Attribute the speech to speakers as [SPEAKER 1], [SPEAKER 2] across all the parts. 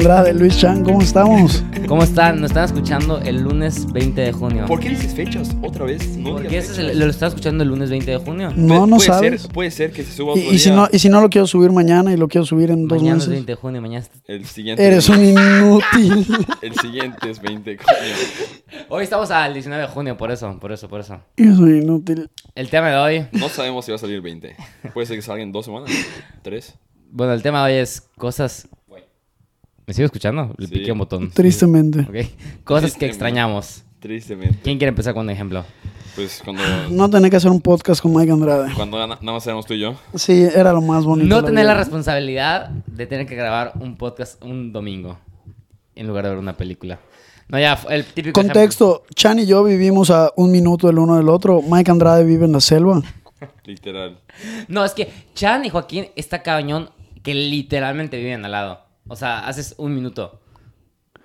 [SPEAKER 1] Andrade, Luis Chan, ¿cómo estamos?
[SPEAKER 2] ¿Cómo están? Nos están escuchando el lunes 20 de junio.
[SPEAKER 3] ¿Por qué dices fechas otra vez? No
[SPEAKER 2] Porque
[SPEAKER 3] digas
[SPEAKER 2] ese es
[SPEAKER 3] fechas.
[SPEAKER 2] el- lo está escuchando el lunes 20 de junio.
[SPEAKER 1] No, no
[SPEAKER 3] puede
[SPEAKER 1] sabes.
[SPEAKER 3] Ser, puede ser que se suba
[SPEAKER 1] Y,
[SPEAKER 3] otro
[SPEAKER 1] y si
[SPEAKER 3] día,
[SPEAKER 1] no, y si no lo quiero subir mañana y lo quiero subir en dos
[SPEAKER 2] Mañana es
[SPEAKER 1] meses.
[SPEAKER 2] 20 de junio, mañana. es-
[SPEAKER 3] El siguiente,
[SPEAKER 1] Eres un inútil.
[SPEAKER 3] el siguiente es 20 de junio.
[SPEAKER 2] Hoy estamos al 19 de junio, por eso, por eso, por eso.
[SPEAKER 1] Eres un inútil.
[SPEAKER 2] El tema de hoy,
[SPEAKER 3] No sabemos si va a salir 20. Puede ser que salga en dos semanas, tres.
[SPEAKER 2] bueno, el tema de hoy es cosas... ¿Me sigo escuchando? Le
[SPEAKER 3] Sí.
[SPEAKER 2] piqué un botón.
[SPEAKER 1] Tristemente.
[SPEAKER 2] Ok. Cosas que
[SPEAKER 3] Tristemente.
[SPEAKER 2] extrañamos.
[SPEAKER 3] Tristemente.
[SPEAKER 2] ¿Quién quiere empezar con un ejemplo?
[SPEAKER 3] Pues cuando,
[SPEAKER 1] No tener que hacer un podcast con Mike Andrade.
[SPEAKER 3] cuando na- nada más éramos tú y yo.
[SPEAKER 1] Sí, era lo más bonito.
[SPEAKER 2] No
[SPEAKER 1] de
[SPEAKER 2] tener la
[SPEAKER 1] vida.
[SPEAKER 2] responsabilidad de tener que grabar un podcast un domingo en lugar de ver una película. No, ya, el típico ejemplo.
[SPEAKER 1] Contexto, Chan y yo vivimos a un minuto el uno del otro. Mike Andrade vive en la selva.
[SPEAKER 3] Literal.
[SPEAKER 2] No, es que Chan y Joaquín está cañón que literalmente viven al lado. O sea, haces un minuto.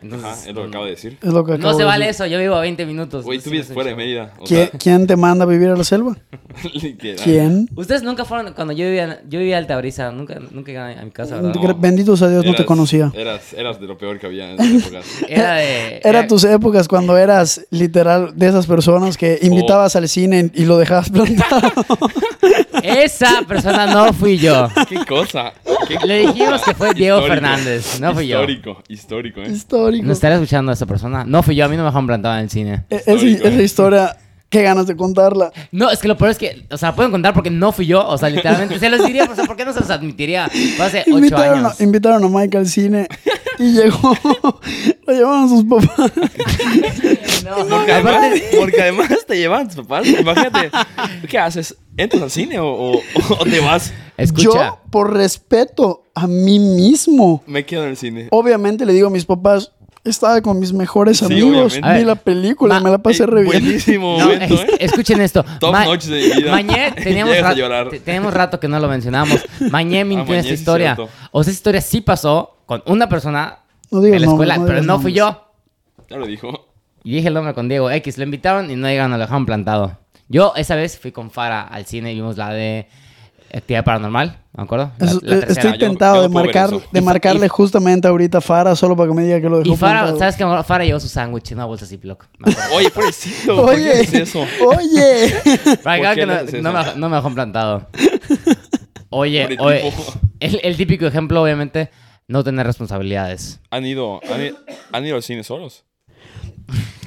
[SPEAKER 2] Entonces,
[SPEAKER 3] Ajá, es lo que acabo de decir.
[SPEAKER 1] Es lo que
[SPEAKER 2] No
[SPEAKER 1] acabo
[SPEAKER 2] se
[SPEAKER 1] de
[SPEAKER 2] vale
[SPEAKER 1] decir.
[SPEAKER 2] eso, yo vivo a 20 minutos.
[SPEAKER 3] Güey, tú vives
[SPEAKER 2] Entonces,
[SPEAKER 3] fuera de Mérida. O
[SPEAKER 1] ¿Qui-
[SPEAKER 3] sea,
[SPEAKER 1] ¿Quién te manda a vivir a la selva?
[SPEAKER 3] literal.
[SPEAKER 1] ¿Quién?
[SPEAKER 2] Ustedes nunca fueron, cuando yo vivía, yo vivía en Altabrisa, nunca, nunca llegaron a mi casa, ¿verdad?
[SPEAKER 1] Gra- Bendito sea Dios, no te
[SPEAKER 3] Eras-
[SPEAKER 1] conocía.
[SPEAKER 3] Eras, eras de lo peor que había en esa época.
[SPEAKER 2] Era de...
[SPEAKER 3] Eh,
[SPEAKER 1] Era tus épocas cuando eras literal de esas personas que
[SPEAKER 3] Oh.
[SPEAKER 1] invitabas al cine y lo dejabas plantado.
[SPEAKER 2] Esa persona no fui yo.
[SPEAKER 3] ¿Qué cosa? ¿Qué
[SPEAKER 2] Le dijimos
[SPEAKER 3] cosa?
[SPEAKER 2] que fue Diego Fernández, no fui yo.
[SPEAKER 3] Histórico, histórico, ¿eh?
[SPEAKER 1] Histórico.
[SPEAKER 2] ¿No estará escuchando a esa persona? No fui yo, a mí no me dejaron plantado en el cine.
[SPEAKER 1] E- esa,
[SPEAKER 3] Histórico,
[SPEAKER 1] esa
[SPEAKER 3] eh.
[SPEAKER 1] historia, qué ganas de contarla.
[SPEAKER 2] No, es que lo peor es que, o sea, pueden contar porque no fui yo, o sea, literalmente se los diría, pero, o sea, ¿por qué no se los admitiría? Fue hace Eh, ocho
[SPEAKER 1] Invitaron a,
[SPEAKER 2] años.
[SPEAKER 1] invitaron a Mike al cine y llegó. lo llevaron sus papás.
[SPEAKER 2] No, aparte-
[SPEAKER 3] Porque además, porque además te llevan tus papás. Imagínate, ¿qué haces? ¿Entras al cine o, o- o te vas?
[SPEAKER 2] escucha,
[SPEAKER 1] Yo, por respeto a mí mismo,
[SPEAKER 3] Me quedo en el cine.
[SPEAKER 1] Oh, obviamente le digo a mis papás, estaba con mis mejores
[SPEAKER 3] Sí,
[SPEAKER 1] amigos,
[SPEAKER 3] obviamente.
[SPEAKER 1] vi la película,
[SPEAKER 2] Ma-
[SPEAKER 1] y me la pasé
[SPEAKER 3] Eh,
[SPEAKER 1] re bien.
[SPEAKER 3] Buenísimo
[SPEAKER 2] No,
[SPEAKER 3] momento,
[SPEAKER 2] es-
[SPEAKER 3] ¿eh?
[SPEAKER 2] escuchen esto.
[SPEAKER 3] Top noche de mi vida.
[SPEAKER 2] Mañé, teníamos,
[SPEAKER 3] Llegas a
[SPEAKER 2] rato-
[SPEAKER 3] llorar. Ah,
[SPEAKER 2] te- teníamos rato que no lo mencionamos. Mañé mintió en
[SPEAKER 3] Mañé,
[SPEAKER 2] esta
[SPEAKER 3] sí,
[SPEAKER 2] historia.
[SPEAKER 3] cierto.
[SPEAKER 2] O sea, esta historia sí pasó con una persona
[SPEAKER 1] No digas
[SPEAKER 2] en la
[SPEAKER 1] nombres,
[SPEAKER 2] escuela,
[SPEAKER 1] no
[SPEAKER 2] pero
[SPEAKER 1] digas
[SPEAKER 2] no fui
[SPEAKER 1] nombres.
[SPEAKER 2] yo.
[SPEAKER 3] Ya lo dijo.
[SPEAKER 2] Y dije el nombre con Diego X, lo invitaron y no llegaron, lo dejaron plantado. Yo esa vez fui con Fara al cine y vimos la de Actividad Paranormal, ¿me acuerdo? La-
[SPEAKER 1] Es-
[SPEAKER 2] la
[SPEAKER 1] eh,
[SPEAKER 2] tercera.
[SPEAKER 1] estoy
[SPEAKER 3] yo-
[SPEAKER 1] tentado
[SPEAKER 3] yo
[SPEAKER 1] de
[SPEAKER 3] no puedo ver
[SPEAKER 1] marcar,
[SPEAKER 3] eso.
[SPEAKER 1] de
[SPEAKER 2] Y-
[SPEAKER 1] marcarle
[SPEAKER 2] y-
[SPEAKER 1] justamente ahorita a Fara solo para que me diga que lo dejó.
[SPEAKER 2] Y Fara,
[SPEAKER 1] plantado.
[SPEAKER 2] ¿sabes qué? Fara llevó su sándwich en una bolsa Ziploc. me acuerdo.
[SPEAKER 3] Oye, pobrecito, ¿por qué
[SPEAKER 1] Oye,
[SPEAKER 3] es eso?
[SPEAKER 1] oye.
[SPEAKER 2] Para
[SPEAKER 3] ¿Por
[SPEAKER 2] acá
[SPEAKER 3] qué
[SPEAKER 2] que no,
[SPEAKER 3] haces
[SPEAKER 2] no me,
[SPEAKER 3] eso?
[SPEAKER 2] no me dejó plantado. Oye,
[SPEAKER 3] Pobre
[SPEAKER 2] oye
[SPEAKER 3] tipo.
[SPEAKER 2] el, el típico ejemplo, obviamente, no tener responsabilidades.
[SPEAKER 3] ¿Han ido, han, i- han ido al cine solos?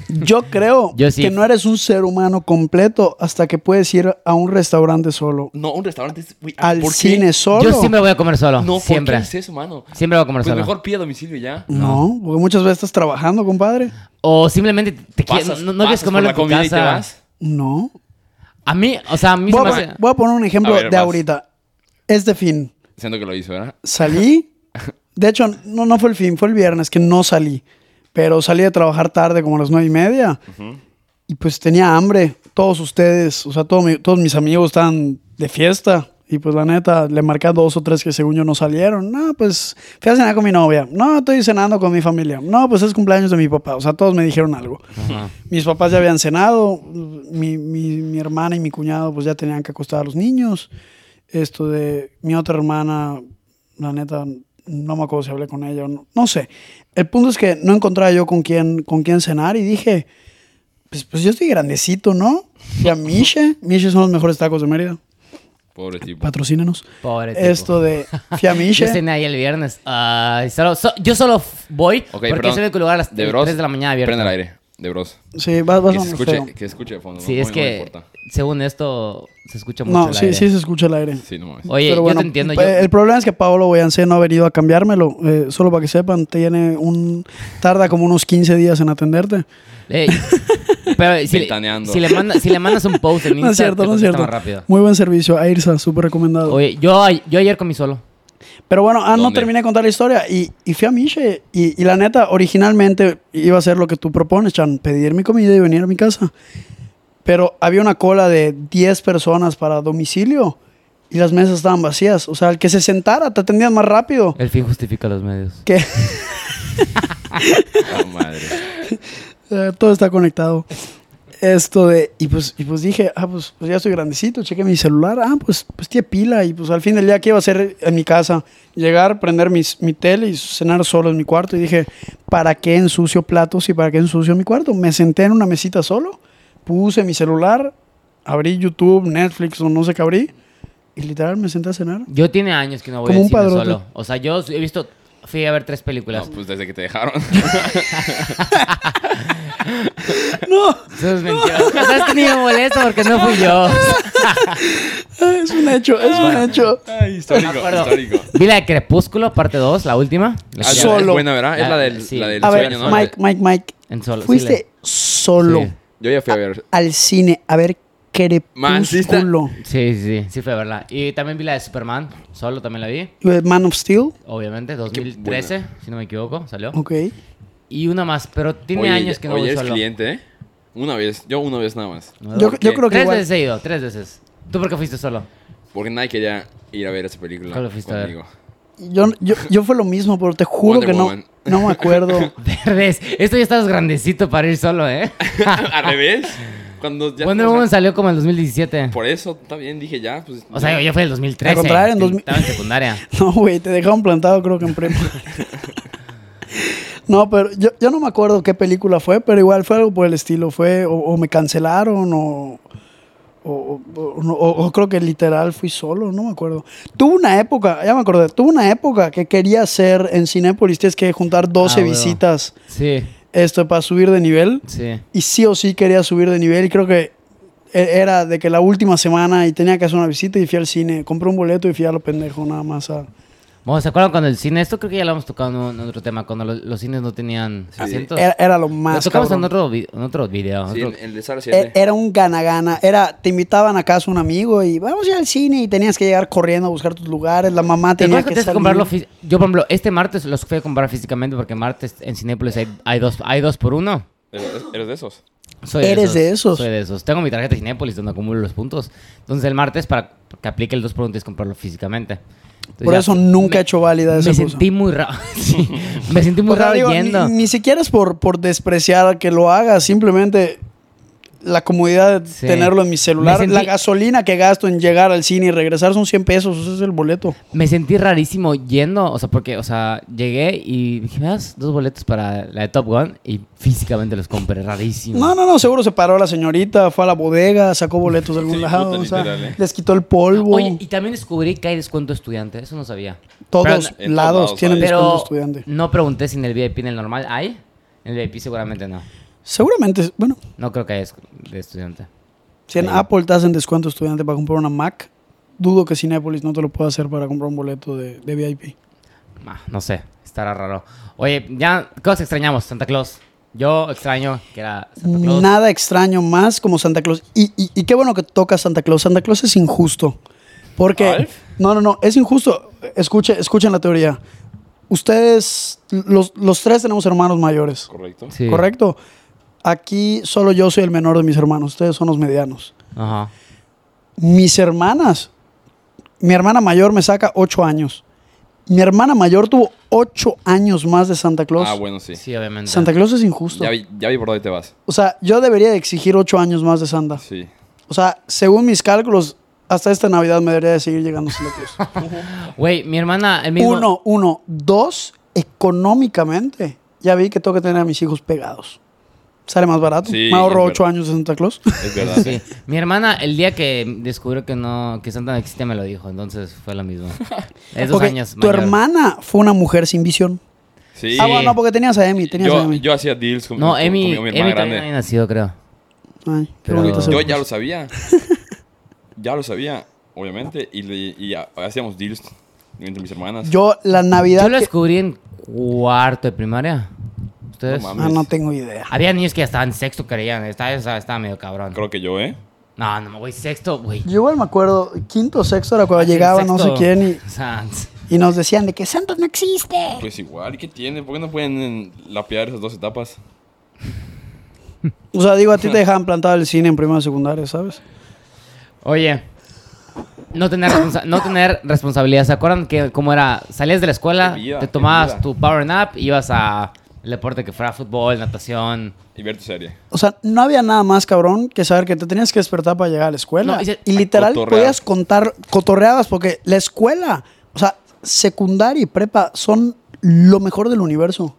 [SPEAKER 1] Yo creo
[SPEAKER 2] Yo sí.
[SPEAKER 1] que no eres un ser humano completo hasta que puedes ir a un restaurante solo.
[SPEAKER 3] No, un restaurante. es- güey,
[SPEAKER 1] Al
[SPEAKER 3] Ah, ¿por qué?
[SPEAKER 1] cine solo.
[SPEAKER 2] Yo siempre voy a comer solo.
[SPEAKER 3] No,
[SPEAKER 2] siempre.
[SPEAKER 3] ¿por qué es eso, mano?
[SPEAKER 2] Siempre voy a comer
[SPEAKER 3] Pues
[SPEAKER 2] solo.
[SPEAKER 3] mejor pide a domicilio y ya.
[SPEAKER 1] No, porque muchas veces estás trabajando, compadre.
[SPEAKER 2] O simplemente te quie-
[SPEAKER 3] Pasas-
[SPEAKER 2] no, no quieres
[SPEAKER 3] pasas por
[SPEAKER 2] comerlo
[SPEAKER 3] la
[SPEAKER 2] en tu
[SPEAKER 3] comida y te
[SPEAKER 2] casa.
[SPEAKER 3] vas.
[SPEAKER 1] No.
[SPEAKER 2] A mí, o sea, a mí se
[SPEAKER 1] Voy
[SPEAKER 2] me
[SPEAKER 1] a,
[SPEAKER 2] hace...
[SPEAKER 1] pon- voy a poner un ejemplo
[SPEAKER 3] A ver,
[SPEAKER 1] de
[SPEAKER 3] vas.
[SPEAKER 1] ahorita. Este fin
[SPEAKER 3] Siento que lo hizo, ¿verdad?
[SPEAKER 1] salí. De hecho, no, no fue el fin, fue el viernes que no salí. Pero salí de trabajar tarde, como a las nueve y media. Y pues tenía hambre. Todos ustedes, o sea, todo mi- todos mis amigos estaban de fiesta. Y pues la neta, le marqué a dos o tres que según yo no salieron. No, pues fui a cenar con mi novia. No, estoy cenando con mi familia. No, pues es cumpleaños de mi papá. O sea, todos me dijeron algo. Mis papás ya habían cenado. Mi, mi- mi hermana y mi cuñado pues ya tenían que acostar a los niños. Esto de mi otra hermana, la neta, no me acuerdo si hablé con ella o no. No sé. El punto es que no encontraba yo con quién, con quién cenar y dije, pues, pues yo estoy grandecito, ¿no? Y a Miche. Miche son los mejores tacos de Mérida.
[SPEAKER 3] Pobre tipo.
[SPEAKER 1] Patrocínenos.
[SPEAKER 2] Pobre tipo.
[SPEAKER 1] Esto de fui a
[SPEAKER 2] Yo
[SPEAKER 1] Miche.
[SPEAKER 2] cené ahí el viernes. Ay, solo- so- yo solo f- voy
[SPEAKER 3] Ok,
[SPEAKER 2] porque
[SPEAKER 3] perdón.
[SPEAKER 2] es el único lugar a las
[SPEAKER 3] De
[SPEAKER 2] 3
[SPEAKER 3] bros,
[SPEAKER 2] de la mañana abierto.
[SPEAKER 3] Prende el aire. De bros.
[SPEAKER 1] Sí, vas, vas
[SPEAKER 3] Que
[SPEAKER 1] a
[SPEAKER 3] se,
[SPEAKER 1] un
[SPEAKER 3] escuche,
[SPEAKER 1] feo.
[SPEAKER 3] que se escuche de fondo.
[SPEAKER 2] Pues Sí,
[SPEAKER 3] no,
[SPEAKER 2] es
[SPEAKER 3] no me
[SPEAKER 2] que
[SPEAKER 3] importa.
[SPEAKER 2] según esto se escucha mucho
[SPEAKER 1] No,
[SPEAKER 2] el
[SPEAKER 1] sí,
[SPEAKER 2] aire.
[SPEAKER 1] sí se escucha el aire.
[SPEAKER 3] Sí, no mames.
[SPEAKER 2] Oye,
[SPEAKER 1] Pero
[SPEAKER 2] yo
[SPEAKER 1] bueno,
[SPEAKER 2] te entiendo.
[SPEAKER 1] pe-
[SPEAKER 2] yo-
[SPEAKER 1] El problema es que Pablo Boyancé no ha venido a cambiármelo. eh, solo para que sepan, tiene un. Tarda como unos 15 días en atenderte.
[SPEAKER 2] Eh, pero si, le-
[SPEAKER 3] Ventaneando.
[SPEAKER 2] si le manda- si le mandas un post en Instagram,
[SPEAKER 1] No es cierto, no es cierto.
[SPEAKER 2] más rápido.
[SPEAKER 1] Muy buen servicio. A Irsa, súper recomendado.
[SPEAKER 2] Oye, yo, a- yo ayer comí solo.
[SPEAKER 1] Pero bueno, ah, no
[SPEAKER 3] ¿Dónde?
[SPEAKER 1] terminé de contar la historia. Y, y fui a Miche. Y, y la neta, originalmente iba a ser lo que tú propones, Chan. Pedir mi comida y venir a mi casa. Pero había una cola de 10 personas para domicilio. y las mesas estaban vacías. O sea, el que se sentara te atendían más rápido.
[SPEAKER 2] El fin justifica los medios.
[SPEAKER 1] Que
[SPEAKER 3] Oh, madre.
[SPEAKER 1] Eh, todo está conectado. Esto de, y pues, y pues dije, ah, pues, pues ya estoy grandecito, cheque mi celular, ah, pues, pues tiene pila, y pues al fin del día, ¿qué iba a hacer en mi casa? Llegar, prender mis, mi tele y cenar solo en mi cuarto, y dije, ¿para qué ensucio platos y para qué ensucio mi cuarto? Me senté en una mesita solo, puse mi celular, abrí YouTube, Netflix o no sé qué abrí, y literal me senté a cenar.
[SPEAKER 2] Yo tiene años que no voy
[SPEAKER 1] Como
[SPEAKER 2] al
[SPEAKER 1] un
[SPEAKER 2] cine
[SPEAKER 1] padrote.
[SPEAKER 2] solo. O sea, yo he visto... Fui a ver tres películas.
[SPEAKER 3] No, pues desde que te dejaron.
[SPEAKER 1] No,
[SPEAKER 2] Eso es mentira. ¿Sabes que ni me molesta porque no fui yo?
[SPEAKER 1] es un hecho, es un hecho.
[SPEAKER 3] Ay, histórico,
[SPEAKER 2] Me acuerdo.
[SPEAKER 3] histórico.
[SPEAKER 2] Vi la de Crepúsculo, parte 2, la última. La
[SPEAKER 3] Ah,
[SPEAKER 2] que-
[SPEAKER 1] Solo.
[SPEAKER 3] Es buena, ¿verdad? Es la del,
[SPEAKER 2] Ah, Sí.
[SPEAKER 3] la del
[SPEAKER 1] A ver,
[SPEAKER 3] sueño, ¿no?
[SPEAKER 1] Mike, Mike, Mike,
[SPEAKER 2] En solo. sí,
[SPEAKER 1] fuiste solo.
[SPEAKER 2] Sí.
[SPEAKER 3] Yo ya fui a ver.
[SPEAKER 1] al cine a ver
[SPEAKER 3] Man, sí está-
[SPEAKER 1] Crepúsculo.
[SPEAKER 2] la- Sí, sí, sí, sí fue a verla. Y también vi la de Superman, solo también la vi,
[SPEAKER 1] Eh, Man of Steel.
[SPEAKER 2] obviamente, 2013, si no me equivoco, salió.
[SPEAKER 1] Ok.
[SPEAKER 2] Y una más, pero tiene
[SPEAKER 3] Oye,
[SPEAKER 2] años que no
[SPEAKER 3] oye,
[SPEAKER 2] voy
[SPEAKER 3] eres
[SPEAKER 2] solo.
[SPEAKER 3] cliente, ¿eh? Una vez. Yo una vez nada más.
[SPEAKER 2] No,
[SPEAKER 1] Yo,
[SPEAKER 2] dos.
[SPEAKER 1] yo creo que
[SPEAKER 2] tres
[SPEAKER 1] igual.
[SPEAKER 2] veces he ido, tres veces. ¿Tú por qué fuiste solo?
[SPEAKER 3] Porque nadie quería ir a ver esa película
[SPEAKER 2] ¿Cuál fuiste a ver?
[SPEAKER 3] conmigo.
[SPEAKER 1] Yo, yo, yo fue lo mismo, pero te juro
[SPEAKER 3] Wonder
[SPEAKER 1] que no,
[SPEAKER 3] Woman.
[SPEAKER 1] no me acuerdo.
[SPEAKER 2] Verdes, esto ya estabas grandecito para ir solo, ¿eh?
[SPEAKER 3] ¿Al revés? Cuando ya...
[SPEAKER 2] Wonder
[SPEAKER 3] o sea,
[SPEAKER 2] Woman salió como en 2017.
[SPEAKER 3] Por eso también dije ya, pues...
[SPEAKER 2] O sea, yo- yo fui en el 2013.
[SPEAKER 1] Al contrario, en
[SPEAKER 2] que
[SPEAKER 1] 2000.
[SPEAKER 2] Estaba en secundaria.
[SPEAKER 1] No, güey, te dejaron plantado creo que en prepa. No, pero yo, yo no me acuerdo qué película fue, pero igual fue algo por el estilo. Fue o, o me cancelaron o o, o- o- o creo que literal fui solo, no me acuerdo. Tuve una época, ya me acordé, tuve una época que quería hacer en Cinépolis, tienes que juntar 12
[SPEAKER 2] Ah, huevo.
[SPEAKER 1] visitas
[SPEAKER 2] Sí,
[SPEAKER 1] esto para subir de nivel.
[SPEAKER 2] sí.
[SPEAKER 1] y sí o sí quería subir de nivel. Y creo que e- era de que la última semana y tenía que hacer una visita y fui al cine. Compré un boleto y fui a lo pendejo nada más. Ah, a-
[SPEAKER 2] Bueno, ¿se acuerdan cuando el cine? Esto creo que ya lo hemos tocado en, un- en otro tema, cuando lo- los cines no tenían asientos.
[SPEAKER 1] Era, era lo
[SPEAKER 2] Lo
[SPEAKER 1] más.
[SPEAKER 2] tocamos en
[SPEAKER 1] cabrón.
[SPEAKER 2] otro, vi- en otro video.
[SPEAKER 3] Sí,
[SPEAKER 2] otro-
[SPEAKER 3] en, en el Sara
[SPEAKER 1] E-
[SPEAKER 3] 7.
[SPEAKER 2] eh.
[SPEAKER 1] Era un gana-gana. Era, te invitaban a casa un amigo y vamos a ir al cine y tenías que llegar corriendo a buscar tus lugares. La mamá
[SPEAKER 2] ¿Te
[SPEAKER 1] tenía
[SPEAKER 2] acuerdas que
[SPEAKER 1] que,
[SPEAKER 2] tienes que
[SPEAKER 1] salir.
[SPEAKER 2] comprarlo fí- Yo, por ejemplo, este martes los fui a comprar físicamente porque martes en Cinépolis hay, hay dos, hay dos por uno.
[SPEAKER 3] ¿Eres eres de esos?
[SPEAKER 2] Soy
[SPEAKER 1] ¿Eres de esos?
[SPEAKER 2] Soy de esos. Tengo mi tarjeta de Cinépolis donde acumulo los puntos. Entonces el martes para que aplique el 2 por 1 tienes que comprarlo físicamente. Entonces,
[SPEAKER 1] Por
[SPEAKER 2] ya,
[SPEAKER 1] eso nunca he hecho válida
[SPEAKER 2] Me
[SPEAKER 1] esa cosa.
[SPEAKER 2] sentí muy raro. Sí, me sentí muy
[SPEAKER 1] O sea,
[SPEAKER 2] raro
[SPEAKER 1] digo,
[SPEAKER 2] Pues yendo.
[SPEAKER 1] Ni, ni siquiera es por, por despreciar que lo haga, simplemente la comodidad de
[SPEAKER 2] Sí.
[SPEAKER 1] tenerlo en mi celular.
[SPEAKER 2] Me sentí-
[SPEAKER 1] La gasolina que gasto en llegar al cine y regresar son 100 pesos, ese es el boleto.
[SPEAKER 2] Me sentí rarísimo yendo, o sea, porque, o sea, llegué y dije, me das dos boletos para la de Top Gun y físicamente los compré, rarísimo.
[SPEAKER 1] No, no, no, seguro se paró la señorita, fue a la bodega, sacó boletos de algún
[SPEAKER 3] Sí,
[SPEAKER 1] lado,
[SPEAKER 3] puta,
[SPEAKER 1] o sea,
[SPEAKER 3] literal, ¿eh?
[SPEAKER 1] les quitó el polvo.
[SPEAKER 2] Oye, y también descubrí que hay descuento estudiante, eso no sabía.
[SPEAKER 1] todos
[SPEAKER 3] pero- En
[SPEAKER 1] lados
[SPEAKER 3] todos lados
[SPEAKER 1] tienen
[SPEAKER 3] hay.
[SPEAKER 1] descuento
[SPEAKER 2] Pero
[SPEAKER 1] estudiante.
[SPEAKER 2] no pregunté si en el VIP en el normal hay. En el VIP seguramente no.
[SPEAKER 1] Seguramente, bueno,
[SPEAKER 2] No creo que haya es- de estudiante.
[SPEAKER 1] si en
[SPEAKER 2] Sí.
[SPEAKER 1] Apple te hacen descuento estudiante para comprar una Mac, dudo que Cinepolis no te lo pueda hacer para comprar un boleto de, de VIP.
[SPEAKER 2] Ah, no sé, estará raro. Oye, ya, ¿qué os extrañamos? Santa Claus. Yo extraño que era Santa Claus.
[SPEAKER 1] Nada extraño más como Santa Claus. Y, y- y qué bueno que toca Santa Claus. Santa Claus es injusto. Porque.
[SPEAKER 3] ¿Alf?
[SPEAKER 1] No, no, no. Es injusto. Escuche, escuchen la teoría. Ustedes, los, los tres tenemos hermanos mayores.
[SPEAKER 3] Correcto.
[SPEAKER 2] Sí.
[SPEAKER 1] ¿Correcto? Aquí solo yo soy el menor de mis hermanos. Ustedes son los medianos.
[SPEAKER 2] Ajá.
[SPEAKER 1] Mis hermanas. Mi hermana mayor me saca ocho años. Mi hermana mayor tuvo ocho años más de Santa Claus.
[SPEAKER 3] Ah, bueno, sí.
[SPEAKER 2] Sí, obviamente.
[SPEAKER 1] Santa Claus es injusto.
[SPEAKER 3] Ya vi, ya vi por dónde te vas.
[SPEAKER 1] O sea, yo debería de exigir ocho años más de
[SPEAKER 2] Ah.
[SPEAKER 1] Santa.
[SPEAKER 3] Sí.
[SPEAKER 1] O sea, según mis cálculos, hasta esta Navidad me debería de seguir llegando Santa Claus.
[SPEAKER 2] Güey, mi hermana, el mismo...
[SPEAKER 1] uno, uno. Dos, económicamente. Ya vi que tengo que tener a mis hijos pegados. Sale más barato.
[SPEAKER 3] Sí,
[SPEAKER 1] me ahorro
[SPEAKER 3] es
[SPEAKER 1] ocho años de Santa Claus.
[SPEAKER 3] Es verdad.
[SPEAKER 2] Sí. Mi hermana, el día que descubrió que no, que Santa no existe, me lo dijo. Entonces fue lo mismo. Es dos
[SPEAKER 1] Ok,
[SPEAKER 2] años
[SPEAKER 1] Tu
[SPEAKER 2] mayor.
[SPEAKER 1] hermana fue una mujer sin visión.
[SPEAKER 3] Sí.
[SPEAKER 1] Ah, bueno, no, porque tenías a Emi. Tenías a
[SPEAKER 3] yo,
[SPEAKER 1] Emi.
[SPEAKER 3] yo hacía deals con,
[SPEAKER 2] No,
[SPEAKER 3] con-
[SPEAKER 2] Emi,
[SPEAKER 3] con mi
[SPEAKER 2] Emi también
[SPEAKER 3] hermana grande.
[SPEAKER 2] había nacido, creo.
[SPEAKER 1] Ay, qué
[SPEAKER 2] Pero-
[SPEAKER 1] bonita se
[SPEAKER 3] Yo
[SPEAKER 1] ve.
[SPEAKER 3] ya lo sabía. ya lo sabía, obviamente. Y, le- y ha- hacíamos deals entre mis hermanas.
[SPEAKER 1] Yo, la Navidad.
[SPEAKER 2] Yo lo
[SPEAKER 1] que-
[SPEAKER 2] descubrí en cuarto de primaria. ¿Ustedes?
[SPEAKER 3] No mames.
[SPEAKER 1] Ah, no tengo idea.
[SPEAKER 2] Había niños que ya estaban en sexto, creían. Estaba, estaba, estaba medio cabrón.
[SPEAKER 3] Creo que yo, ¿eh?
[SPEAKER 2] No, no, güey, sexto, güey.
[SPEAKER 1] Yo igual me acuerdo, quinto o sexto era cuando llegaba no sé
[SPEAKER 2] Ah, Sexto.
[SPEAKER 1] quién
[SPEAKER 2] O sea,
[SPEAKER 1] y, y nos decían de que Santa no existe.
[SPEAKER 3] Pues igual, ¿y qué tiene? ¿Por qué no pueden eh, lapear esas dos etapas?
[SPEAKER 1] O sea, digo, a ti te dejaban plantado el cine en primero de secundaria, ¿sabes?
[SPEAKER 2] Oye, No tener, responsa- no tener responsabilidad. ¿Se acuerdan que cómo era? Salías de la escuela,
[SPEAKER 3] En vida,
[SPEAKER 2] te
[SPEAKER 3] en
[SPEAKER 2] tomabas
[SPEAKER 3] vida.
[SPEAKER 2] tu power nap, ibas a el deporte que fuera fútbol, natación.
[SPEAKER 3] Y ver tu serie.
[SPEAKER 1] O sea, no había nada más cabrón que saber que te tenías que despertar para llegar a la escuela.
[SPEAKER 2] No, y
[SPEAKER 1] y,
[SPEAKER 2] se-
[SPEAKER 1] literal
[SPEAKER 3] Cotorrear.
[SPEAKER 1] podías contar, cotorreadas, porque la escuela, o sea, secundaria y prepa son lo mejor del universo.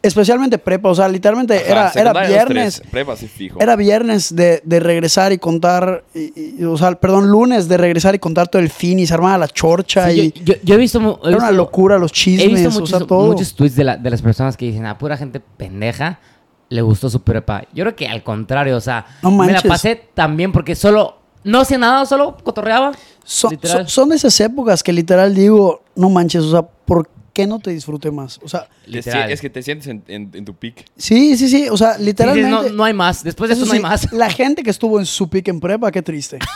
[SPEAKER 1] Especialmente prepa, o sea, literalmente
[SPEAKER 3] Ajá,
[SPEAKER 1] Eh, era- era,
[SPEAKER 3] secundaria, los
[SPEAKER 1] viernes.
[SPEAKER 3] tres. Prepa, sí, fijo.
[SPEAKER 1] Era viernes de, de regresar y contar, y- y- o sea, perdón, lunes de regresar y contar todo el fin y se armaba la chorcha
[SPEAKER 2] Sí,
[SPEAKER 1] y
[SPEAKER 2] yo, yo- yo he visto. mu- he
[SPEAKER 1] era una
[SPEAKER 2] visto-
[SPEAKER 1] locura los
[SPEAKER 2] He
[SPEAKER 1] chismes,
[SPEAKER 2] visto
[SPEAKER 1] o
[SPEAKER 2] muchos,
[SPEAKER 1] sea, todo.
[SPEAKER 2] muchos tweets de, la- de las personas que dicen, a pura gente pendeja, le gustó su prepa. Yo creo que al contrario, o sea,
[SPEAKER 1] No
[SPEAKER 2] me la
[SPEAKER 1] manches.
[SPEAKER 2] pasé también porque solo, no hacía nada, solo cotorreaba.
[SPEAKER 1] Son,
[SPEAKER 2] Literal.
[SPEAKER 1] son- son de esas épocas que literal digo, no manches, o sea, ¿por qué no te disfruté más? O sea,
[SPEAKER 3] Te sie-
[SPEAKER 2] Literal.
[SPEAKER 3] es que te sientes en, en- en tu pick.
[SPEAKER 1] sí, sí, sí, o sea, literalmente...
[SPEAKER 2] Dices, no, no hay más, después de eso,
[SPEAKER 1] Eso
[SPEAKER 2] no hay
[SPEAKER 1] sí,
[SPEAKER 2] más.
[SPEAKER 1] La gente que estuvo en su pique en prepa, qué triste.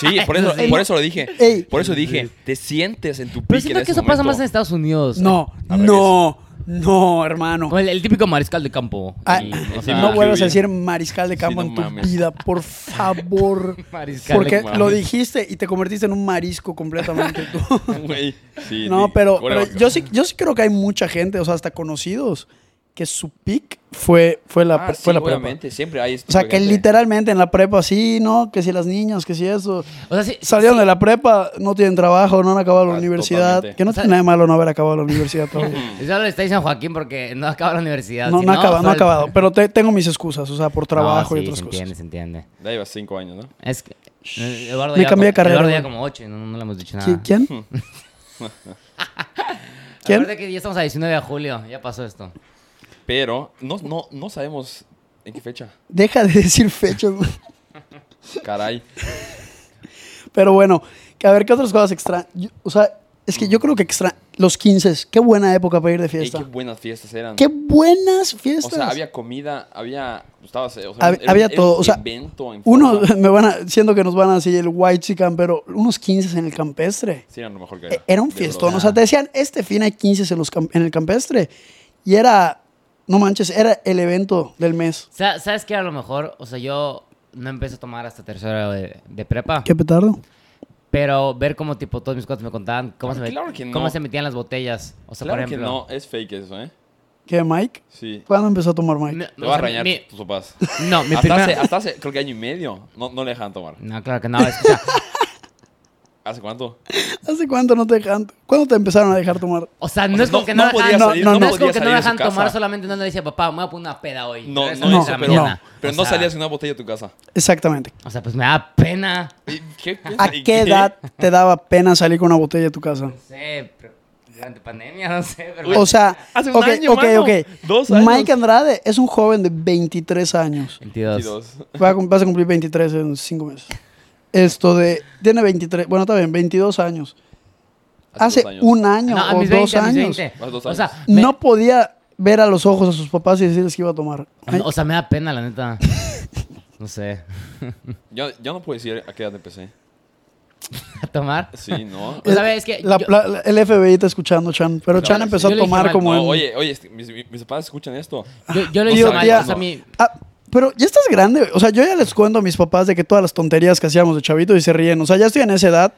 [SPEAKER 3] Sí, por
[SPEAKER 2] Eso
[SPEAKER 3] eso,
[SPEAKER 2] sí.
[SPEAKER 3] por eso lo dije.
[SPEAKER 1] Ey.
[SPEAKER 3] Por eso dije, te sientes en tu pick.
[SPEAKER 2] Pero
[SPEAKER 3] en
[SPEAKER 2] siento
[SPEAKER 3] ese
[SPEAKER 2] que eso pasa
[SPEAKER 3] momento.
[SPEAKER 2] más en Estados Unidos.
[SPEAKER 1] No,
[SPEAKER 3] Al revés.
[SPEAKER 1] no, no, hermano.
[SPEAKER 2] Como el, el típico mariscal de campo.
[SPEAKER 1] Ah,
[SPEAKER 2] Y, Pues, o sea,
[SPEAKER 1] no vuelvas a
[SPEAKER 3] Qué
[SPEAKER 1] decir mariscal de campo
[SPEAKER 3] Sí, no
[SPEAKER 1] en tu
[SPEAKER 3] mames.
[SPEAKER 1] vida, por favor.
[SPEAKER 2] Mariscal de
[SPEAKER 1] Porque
[SPEAKER 2] campo.
[SPEAKER 1] lo dijiste y te convertiste en un marisco completamente tú.
[SPEAKER 3] Güey, sí,
[SPEAKER 1] No,
[SPEAKER 3] sí.
[SPEAKER 1] pero,
[SPEAKER 3] Corre,
[SPEAKER 1] pero
[SPEAKER 3] vaca.
[SPEAKER 1] yo, sí, yo sí creo que hay mucha gente, o sea, hasta conocidos, que su pick fue, fue la,
[SPEAKER 3] Ah,
[SPEAKER 1] pre-
[SPEAKER 3] sí,
[SPEAKER 1] fue la prepa.
[SPEAKER 3] obviamente, siempre hay este
[SPEAKER 1] O sea,
[SPEAKER 3] tipo de
[SPEAKER 1] que
[SPEAKER 3] gente.
[SPEAKER 1] literalmente en la prepa, sí, ¿no? Que si las niñas, que si eso.
[SPEAKER 2] o sea, sí-
[SPEAKER 1] Salieron de la prepa, no tienen trabajo, no han acabado la
[SPEAKER 3] Ah,
[SPEAKER 1] universidad.
[SPEAKER 3] totalmente.
[SPEAKER 1] Que no
[SPEAKER 2] O sea-
[SPEAKER 1] tiene nada de malo no haber acabado la universidad todavía.
[SPEAKER 2] Eso lo está diciendo Joaquín porque no acaba la universidad.
[SPEAKER 1] No,
[SPEAKER 2] Si
[SPEAKER 1] no, ha acabado, no ha
[SPEAKER 2] todo el-
[SPEAKER 1] acabado. Pero te- tengo mis excusas, o sea, por trabajo y
[SPEAKER 2] No, sí,
[SPEAKER 1] otras
[SPEAKER 2] se
[SPEAKER 1] cosas.
[SPEAKER 2] entiende, se entiende.
[SPEAKER 3] Ya llevas cinco años, ¿no?
[SPEAKER 2] Es que eh, Eduardo
[SPEAKER 1] Me
[SPEAKER 2] ya
[SPEAKER 1] cambié de
[SPEAKER 2] como-
[SPEAKER 1] carrera,
[SPEAKER 2] Eduardo ya
[SPEAKER 1] güey.
[SPEAKER 2] como ocho y no, no le hemos dicho nada.
[SPEAKER 1] ¿Qui- ¿Quién? ¿Quién?
[SPEAKER 2] Aparte que ya estamos a 19 de julio, ya pasó esto.
[SPEAKER 3] Pero no, no, no sabemos en qué fecha.
[SPEAKER 1] Deja de decir fechas. güey.
[SPEAKER 3] Caray.
[SPEAKER 1] Pero bueno, que a ver, ¿qué otras cosas extrañas? O sea, es que yo creo que extra los 15, qué buena época para ir de
[SPEAKER 3] Ey, qué
[SPEAKER 1] fiesta.
[SPEAKER 3] buenas fiestas eran.
[SPEAKER 1] Qué buenas
[SPEAKER 3] O
[SPEAKER 1] fiestas.
[SPEAKER 3] sea, había comida, había. estabas, eh, o sea,
[SPEAKER 1] Hab-
[SPEAKER 3] era un-
[SPEAKER 1] había
[SPEAKER 3] era
[SPEAKER 1] todo,
[SPEAKER 3] un
[SPEAKER 1] o sea,
[SPEAKER 3] evento en
[SPEAKER 1] Uno,
[SPEAKER 3] forma.
[SPEAKER 1] me van a, siento que nos van a decir el white chican, pero unos 15 en el campestre.
[SPEAKER 3] Sí, eran lo mejor que
[SPEAKER 1] E- Era un
[SPEAKER 3] de
[SPEAKER 1] fiestón.
[SPEAKER 3] verdad.
[SPEAKER 1] O sea, te decían, este fin hay 15 en, los cam- en el campestre. Y era, no manches, era el evento del mes.
[SPEAKER 2] Sa- ¿Sabes qué? A lo mejor, o sea, yo no empecé a tomar hasta tercero de, de prepa,
[SPEAKER 1] Qué petardo.
[SPEAKER 2] pero ver cómo tipo todos mis cuates me contaban cómo, se, met-
[SPEAKER 3] Claro que no.
[SPEAKER 2] cómo se metían las botellas. O sea,
[SPEAKER 3] Claro
[SPEAKER 2] por
[SPEAKER 3] que
[SPEAKER 2] ejemplo.
[SPEAKER 3] no, es fake eso, ¿eh?
[SPEAKER 1] ¿Qué, Mike?
[SPEAKER 3] Sí.
[SPEAKER 1] ¿Cuándo empezó a tomar Mike?
[SPEAKER 2] Mi-
[SPEAKER 3] Te
[SPEAKER 2] o
[SPEAKER 3] vas a
[SPEAKER 2] sea,
[SPEAKER 3] reñar
[SPEAKER 2] mi-
[SPEAKER 3] tus papás.
[SPEAKER 2] No, mi
[SPEAKER 3] hasta,
[SPEAKER 2] primera-
[SPEAKER 3] hace, hasta hace, creo que año y medio, no, no le dejan tomar.
[SPEAKER 2] No, claro que no. escucha.
[SPEAKER 3] ¿Hace cuánto?
[SPEAKER 1] ¿Hace cuánto no te dejan? ¿Cuándo te empezaron a dejar tomar?
[SPEAKER 2] O sea, no
[SPEAKER 3] sea,
[SPEAKER 2] es como
[SPEAKER 3] no-
[SPEAKER 2] que no,
[SPEAKER 3] no podía
[SPEAKER 2] dejan-
[SPEAKER 1] salir- no
[SPEAKER 2] es como
[SPEAKER 3] podía
[SPEAKER 2] que no
[SPEAKER 3] salir de
[SPEAKER 2] dejan
[SPEAKER 3] su casa.
[SPEAKER 2] tomar, solamente no le decía, papá, me voy a poner una peda hoy.
[SPEAKER 3] No,
[SPEAKER 2] Tres
[SPEAKER 3] no,
[SPEAKER 2] de
[SPEAKER 1] no,
[SPEAKER 2] la
[SPEAKER 3] eso, pero,
[SPEAKER 2] mañana.
[SPEAKER 3] pero
[SPEAKER 2] O
[SPEAKER 3] no
[SPEAKER 2] sea,
[SPEAKER 3] salías sin una botella de tu casa.
[SPEAKER 1] Exactamente.
[SPEAKER 2] O sea, pues me da pena.
[SPEAKER 3] ¿Y ¿Qué,
[SPEAKER 1] ¿A
[SPEAKER 3] y
[SPEAKER 1] qué edad te daba pena salir con una botella de tu casa?
[SPEAKER 2] No sé, pero durante pandemia, no sé. Pero
[SPEAKER 1] O sea,
[SPEAKER 3] Hace un
[SPEAKER 1] ok,
[SPEAKER 3] año,
[SPEAKER 1] ok,
[SPEAKER 3] mano.
[SPEAKER 1] ok.
[SPEAKER 3] Dos años.
[SPEAKER 1] Mike Andrade es un joven de 23 años.
[SPEAKER 2] 22.
[SPEAKER 3] 22.
[SPEAKER 1] Va a cum- vas a cumplir 23 en 5 meses. Esto de. Tiene 23. Bueno, está bien, 22 años. Hace,
[SPEAKER 3] dos años.
[SPEAKER 1] un año
[SPEAKER 2] No, a
[SPEAKER 1] o
[SPEAKER 2] mis
[SPEAKER 1] dos
[SPEAKER 2] 20, a mis
[SPEAKER 1] años.
[SPEAKER 2] 20.
[SPEAKER 3] Más dos
[SPEAKER 2] O sea,
[SPEAKER 3] años.
[SPEAKER 2] me-
[SPEAKER 1] No podía ver a los ojos a sus papás y decirles que iba a tomar. Ay,
[SPEAKER 2] O sea, me da pena, la neta. No sé.
[SPEAKER 3] Yo, yo no puedo decir a qué edad empecé.
[SPEAKER 2] ¿A tomar?
[SPEAKER 3] Sí, no.
[SPEAKER 2] O sea, es que
[SPEAKER 1] la-
[SPEAKER 2] pues, yo-
[SPEAKER 1] la- la- el FBI está escuchando, Chan. Pero
[SPEAKER 3] Claro,
[SPEAKER 1] Chan
[SPEAKER 3] sí.
[SPEAKER 1] empezó
[SPEAKER 2] Yo
[SPEAKER 1] a
[SPEAKER 2] le dije
[SPEAKER 1] tomar
[SPEAKER 2] mal,
[SPEAKER 1] como.
[SPEAKER 3] No,
[SPEAKER 1] en-
[SPEAKER 3] oye, oye, este, mis, mis papás escuchan esto.
[SPEAKER 2] Yo, yo lo
[SPEAKER 1] Tío,
[SPEAKER 2] hice mal,
[SPEAKER 1] tía.
[SPEAKER 2] o sea, mi...
[SPEAKER 1] Ah, pero ya estás grande. O sea, yo ya les cuento a mis papás de que todas las tonterías que hacíamos de chavito y se ríen. O sea, ya estoy en esa edad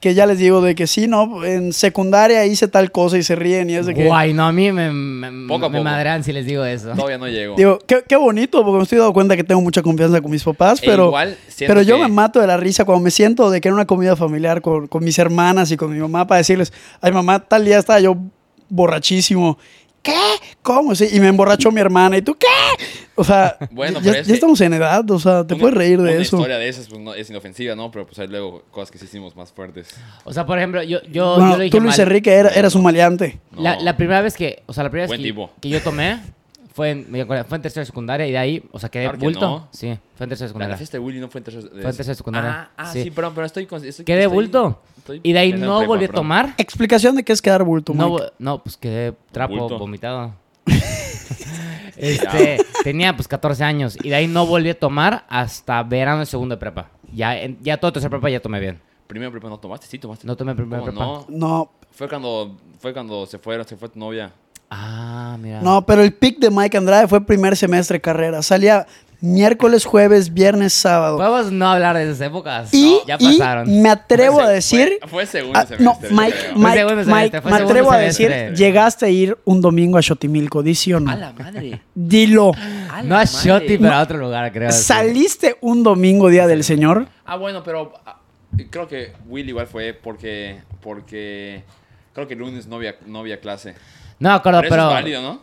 [SPEAKER 1] que ya les digo de que sí, ¿no? En secundaria hice tal cosa y se ríen y es de que...
[SPEAKER 2] Guay, no, a mí me, me,
[SPEAKER 3] Poco a
[SPEAKER 2] me
[SPEAKER 3] poco.
[SPEAKER 2] madrean si les digo eso.
[SPEAKER 3] Todavía no llego.
[SPEAKER 1] Digo, qué, qué bonito, porque me estoy dando cuenta que tengo mucha confianza con mis papás,
[SPEAKER 3] E
[SPEAKER 1] pero,
[SPEAKER 3] igual siento
[SPEAKER 1] pero yo
[SPEAKER 3] que-
[SPEAKER 1] me mato de la risa cuando me siento de que era una comida familiar con, con mis hermanas y con mi mamá para decirles, ay mamá, tal día estaba yo borrachísimo. ¿Qué? ¿Cómo? Sí, y me emborrachó mi hermana. ¿Y tú qué? O sea,
[SPEAKER 3] Bueno,
[SPEAKER 1] ya,
[SPEAKER 3] pero es
[SPEAKER 1] ya
[SPEAKER 3] que-
[SPEAKER 1] estamos en edad, o sea, te
[SPEAKER 3] Una-
[SPEAKER 1] puedes reír de eso.
[SPEAKER 3] Una historia de esas pues, no, es inofensiva, ¿no? Pero pues hay luego cosas que sí hicimos más fuertes.
[SPEAKER 2] O sea, por ejemplo, yo, yo,
[SPEAKER 1] Bueno,
[SPEAKER 2] yo lo dije
[SPEAKER 1] tú Luis
[SPEAKER 2] mal.
[SPEAKER 1] Enrique era- eras un maleante.
[SPEAKER 3] No.
[SPEAKER 2] La, la primera vez que, o sea, la primera vez
[SPEAKER 3] Buen
[SPEAKER 2] que,
[SPEAKER 3] tipo.
[SPEAKER 2] que yo tomé fue en, me acuerdo, fue en tercero de secundaria y de ahí, o sea, quedé
[SPEAKER 3] Claro que
[SPEAKER 2] bulto.
[SPEAKER 3] no.
[SPEAKER 2] Sí, fue en tercero de
[SPEAKER 3] La, la
[SPEAKER 2] secundaria.
[SPEAKER 3] fiesta de Willy no fue en tercero de
[SPEAKER 2] Fue en tercero de secundaria,
[SPEAKER 3] Ah, ah,
[SPEAKER 2] sí.
[SPEAKER 3] sí. perdón, pero estoy... con- estoy-
[SPEAKER 2] Quedé
[SPEAKER 3] estoy-
[SPEAKER 2] bulto.
[SPEAKER 3] estoy
[SPEAKER 2] Y de ahí
[SPEAKER 3] pensando en
[SPEAKER 2] no
[SPEAKER 3] prepa,
[SPEAKER 2] volví a
[SPEAKER 3] perdón.
[SPEAKER 2] tomar.
[SPEAKER 1] Explicación de qué es quedar bulto,
[SPEAKER 2] No,
[SPEAKER 1] Mike.
[SPEAKER 2] vo- no, pues quedé trapo
[SPEAKER 3] Bulto.
[SPEAKER 2] vomitado. este, tenía pues 14 años y de ahí no volví a tomar hasta verano de segundo de prepa. Ya, en- ya todo tercer prepa ya tomé bien.
[SPEAKER 3] Primero prepa no tomaste, sí tomaste.
[SPEAKER 2] No tomé primero
[SPEAKER 3] ¿Cómo
[SPEAKER 2] prepa.
[SPEAKER 3] no?
[SPEAKER 1] No,
[SPEAKER 3] Fue cuando, fue cuando se fueron, se fue tu novia.
[SPEAKER 2] Ah, mira.
[SPEAKER 1] no, pero el pick de Mike Andrade fue primer semestre de carrera. Salía miércoles, jueves, viernes, sábado.
[SPEAKER 2] Podemos no hablar de esas épocas.
[SPEAKER 1] Y,
[SPEAKER 2] No, ya
[SPEAKER 1] y
[SPEAKER 2] pasaron.
[SPEAKER 1] me atrevo
[SPEAKER 3] Fue
[SPEAKER 1] a
[SPEAKER 3] se-
[SPEAKER 1] decir...
[SPEAKER 3] Fue, fue segundo
[SPEAKER 1] Ah, no,
[SPEAKER 3] semestre, yo
[SPEAKER 1] Mike,
[SPEAKER 3] creo.
[SPEAKER 2] Fue
[SPEAKER 1] Mike,
[SPEAKER 2] segundo semestre,
[SPEAKER 1] Mike,
[SPEAKER 2] fue
[SPEAKER 1] me
[SPEAKER 2] segundo
[SPEAKER 1] atrevo a
[SPEAKER 2] semestre.
[SPEAKER 1] decir, llegaste a ir un domingo a Xotimilco, ¿di sí o
[SPEAKER 4] A
[SPEAKER 1] no?
[SPEAKER 4] la madre.
[SPEAKER 1] Dilo.
[SPEAKER 4] a la
[SPEAKER 2] No a
[SPEAKER 4] madre.
[SPEAKER 2] Shotty, pero a otro lugar, creo. sí.
[SPEAKER 1] ¿Saliste un domingo, Día del Señor?
[SPEAKER 3] Ah, bueno, pero ah, creo que Will igual fue porque. porque creo que el lunes no había, no había clase.
[SPEAKER 2] No me acuerdo,
[SPEAKER 3] Pero, eso
[SPEAKER 2] pero.
[SPEAKER 3] es válido, ¿no?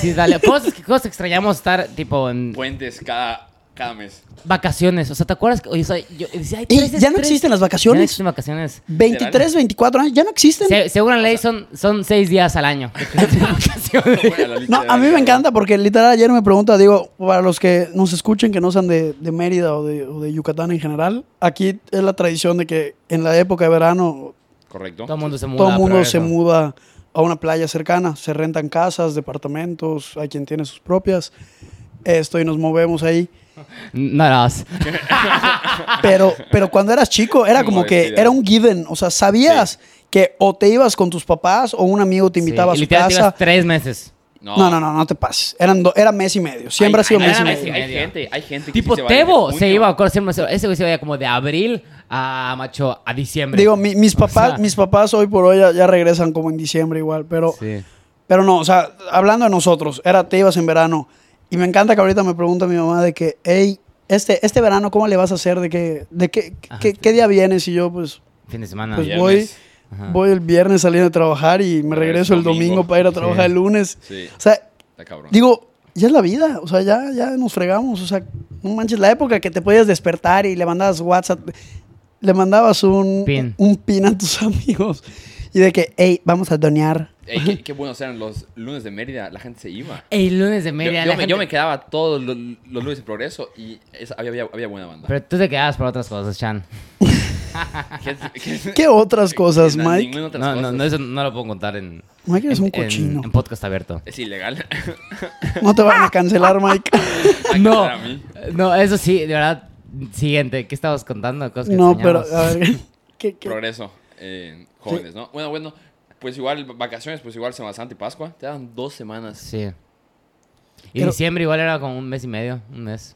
[SPEAKER 2] Sí, dale. Cosas, que- cosas que extrañamos estar, tipo, en
[SPEAKER 3] Puentes cada, cada mes.
[SPEAKER 2] vacaciones. O sea, ¿te acuerdas? que- Oye, o sea, yo decía, ay,
[SPEAKER 1] Ey,
[SPEAKER 2] tres es
[SPEAKER 1] ¿ya no
[SPEAKER 2] tres.
[SPEAKER 1] existen las
[SPEAKER 2] Ya no
[SPEAKER 1] vacaciones?
[SPEAKER 2] existen vacaciones.
[SPEAKER 1] 23, 24 años, ya no existen.
[SPEAKER 2] Se- según la ley, son, son seis días al año. vacaciones.
[SPEAKER 3] Bueno, la lista
[SPEAKER 1] No,
[SPEAKER 3] era
[SPEAKER 1] a mí me
[SPEAKER 3] larga.
[SPEAKER 1] encanta porque literal ayer me pregunta, digo, para los que nos escuchen que no sean de, de Mérida o de, o de Yucatán en general, aquí es la tradición de que en la época de verano
[SPEAKER 3] Correcto.
[SPEAKER 2] Todo el mundo se muda.
[SPEAKER 1] todo el mundo
[SPEAKER 2] pero
[SPEAKER 1] se
[SPEAKER 2] eso.
[SPEAKER 1] muda a una playa cercana, se rentan casas, departamentos, hay quien tiene sus propias, esto y nos movemos ahí.
[SPEAKER 2] No, no. es-
[SPEAKER 1] Pero, pero cuando eras chico, era
[SPEAKER 3] Como
[SPEAKER 1] como que
[SPEAKER 3] decía.
[SPEAKER 1] era un given. O sea, sabías que o te ibas con tus papás o un amigo te invitaba a
[SPEAKER 2] Sí,
[SPEAKER 1] su
[SPEAKER 2] literal, te ibas
[SPEAKER 1] casa.
[SPEAKER 2] tres meses.
[SPEAKER 3] No,
[SPEAKER 1] No, no, no, no te pases. Eran do- era mes y medio. Siempre
[SPEAKER 2] Ay,
[SPEAKER 1] ha sido
[SPEAKER 2] ay,
[SPEAKER 1] mes y
[SPEAKER 2] era
[SPEAKER 3] Hay,
[SPEAKER 2] mes
[SPEAKER 1] medio.
[SPEAKER 2] y-
[SPEAKER 3] hay gente, hay gente que
[SPEAKER 2] Tipo
[SPEAKER 3] sí se va desde
[SPEAKER 2] Tebo se
[SPEAKER 3] junio.
[SPEAKER 2] iba, me acuerdo, siempre, se- ese güey se iba como de abril a macho a diciembre.
[SPEAKER 1] Digo, mi- mis
[SPEAKER 2] O
[SPEAKER 1] papás,
[SPEAKER 2] sea,
[SPEAKER 1] mis papás hoy por hoy ya, ya regresan como en diciembre igual, pero,
[SPEAKER 2] sí.
[SPEAKER 1] pero no, o sea, hablando de nosotros, era te ibas en verano. Y me encanta que ahorita me pregunta mi mamá de que, hey, este, este verano, ¿cómo le vas a hacer? ¿De qué, de qué,
[SPEAKER 2] Ajá,
[SPEAKER 1] qué,
[SPEAKER 2] sí.
[SPEAKER 1] qué día vienes? Y yo, pues,
[SPEAKER 2] Fin de semana.
[SPEAKER 1] pues
[SPEAKER 3] Viernes.
[SPEAKER 1] voy,
[SPEAKER 2] Ajá.
[SPEAKER 1] voy el viernes saliendo a trabajar y me
[SPEAKER 3] Regreso
[SPEAKER 1] regreso el domingo,
[SPEAKER 3] domingo.
[SPEAKER 1] para ir a trabajar
[SPEAKER 2] Sí.
[SPEAKER 1] el lunes.
[SPEAKER 3] Sí,
[SPEAKER 1] O sea,
[SPEAKER 3] está cabrón.
[SPEAKER 1] digo, ya es la vida, o sea, ya, ya nos fregamos, o sea, no manches, la época que te podías despertar y le mandabas WhatsApp, le mandabas un
[SPEAKER 2] Pin.
[SPEAKER 1] un pin a tus amigos y de que, hey, vamos a donear.
[SPEAKER 3] Ey, qué, qué buenos eran los lunes de Mérida, la gente se iba.
[SPEAKER 2] El lunes de media.
[SPEAKER 3] yo,
[SPEAKER 2] la
[SPEAKER 3] yo me, yo
[SPEAKER 2] gente-
[SPEAKER 3] me quedaba todos los, los lunes en progreso y es- había, había, había buena banda.
[SPEAKER 2] Pero tú te quedabas por otras cosas, Chan.
[SPEAKER 1] ¿Qué otras cosas, Mike?
[SPEAKER 2] No, no, no, eso no lo puedo contar en.
[SPEAKER 1] Mike eres
[SPEAKER 2] en-
[SPEAKER 1] un
[SPEAKER 2] en-
[SPEAKER 1] cochino.
[SPEAKER 2] En, podcast abierto.
[SPEAKER 3] Es ilegal.
[SPEAKER 1] No te van a cancelar, Mike.
[SPEAKER 2] No,
[SPEAKER 3] Para mí.
[SPEAKER 2] no, eso sí, de verdad. Siguiente, ¿qué estabas contando? Cosas que
[SPEAKER 1] No, pero,
[SPEAKER 2] extrañamos.
[SPEAKER 1] a ver, ¿qué- qué?
[SPEAKER 3] Progreso. eh, jóvenes, ¿no? Bueno, bueno. Pues igual, vacaciones, pues igual Semana Santa y Pascua. Te dan dos semanas.
[SPEAKER 2] Sí. Y
[SPEAKER 1] Pero-
[SPEAKER 2] diciembre igual era como un mes y medio, un mes.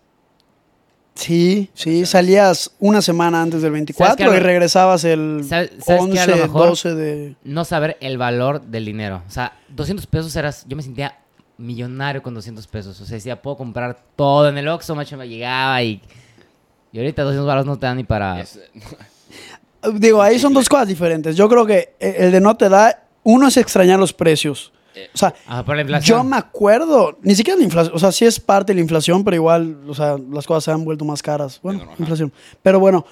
[SPEAKER 1] Sí, sí, salías una semana antes del 24
[SPEAKER 2] ¿Sabes
[SPEAKER 1] y
[SPEAKER 2] qué?
[SPEAKER 1] regresabas el
[SPEAKER 2] ¿Sabes- sabes qué? A lo
[SPEAKER 1] 11,
[SPEAKER 2] mejor-
[SPEAKER 1] 12 de...
[SPEAKER 2] No saber el valor del dinero. O sea, 200 pesos eras. Yo me sentía millonario con 200 pesos. O sea, decía, puedo comprar todo en el Oxxo, macho, me llegaba y. Y ahorita 200 baros no te dan ni para.
[SPEAKER 3] Es-
[SPEAKER 1] Digo, ahí son dos cosas diferentes. Yo creo que eh, el de no te da, uno es extrañar los precios.
[SPEAKER 3] Eh,
[SPEAKER 1] O sea,
[SPEAKER 2] Ah, por la
[SPEAKER 1] yo
[SPEAKER 2] inflación.
[SPEAKER 1] me acuerdo, ni siquiera la inflación, o sea, sí es parte de la inflación, pero igual, o sea, las cosas se han vuelto más caras. Bueno,
[SPEAKER 3] Ajá.
[SPEAKER 1] inflación. Pero bueno,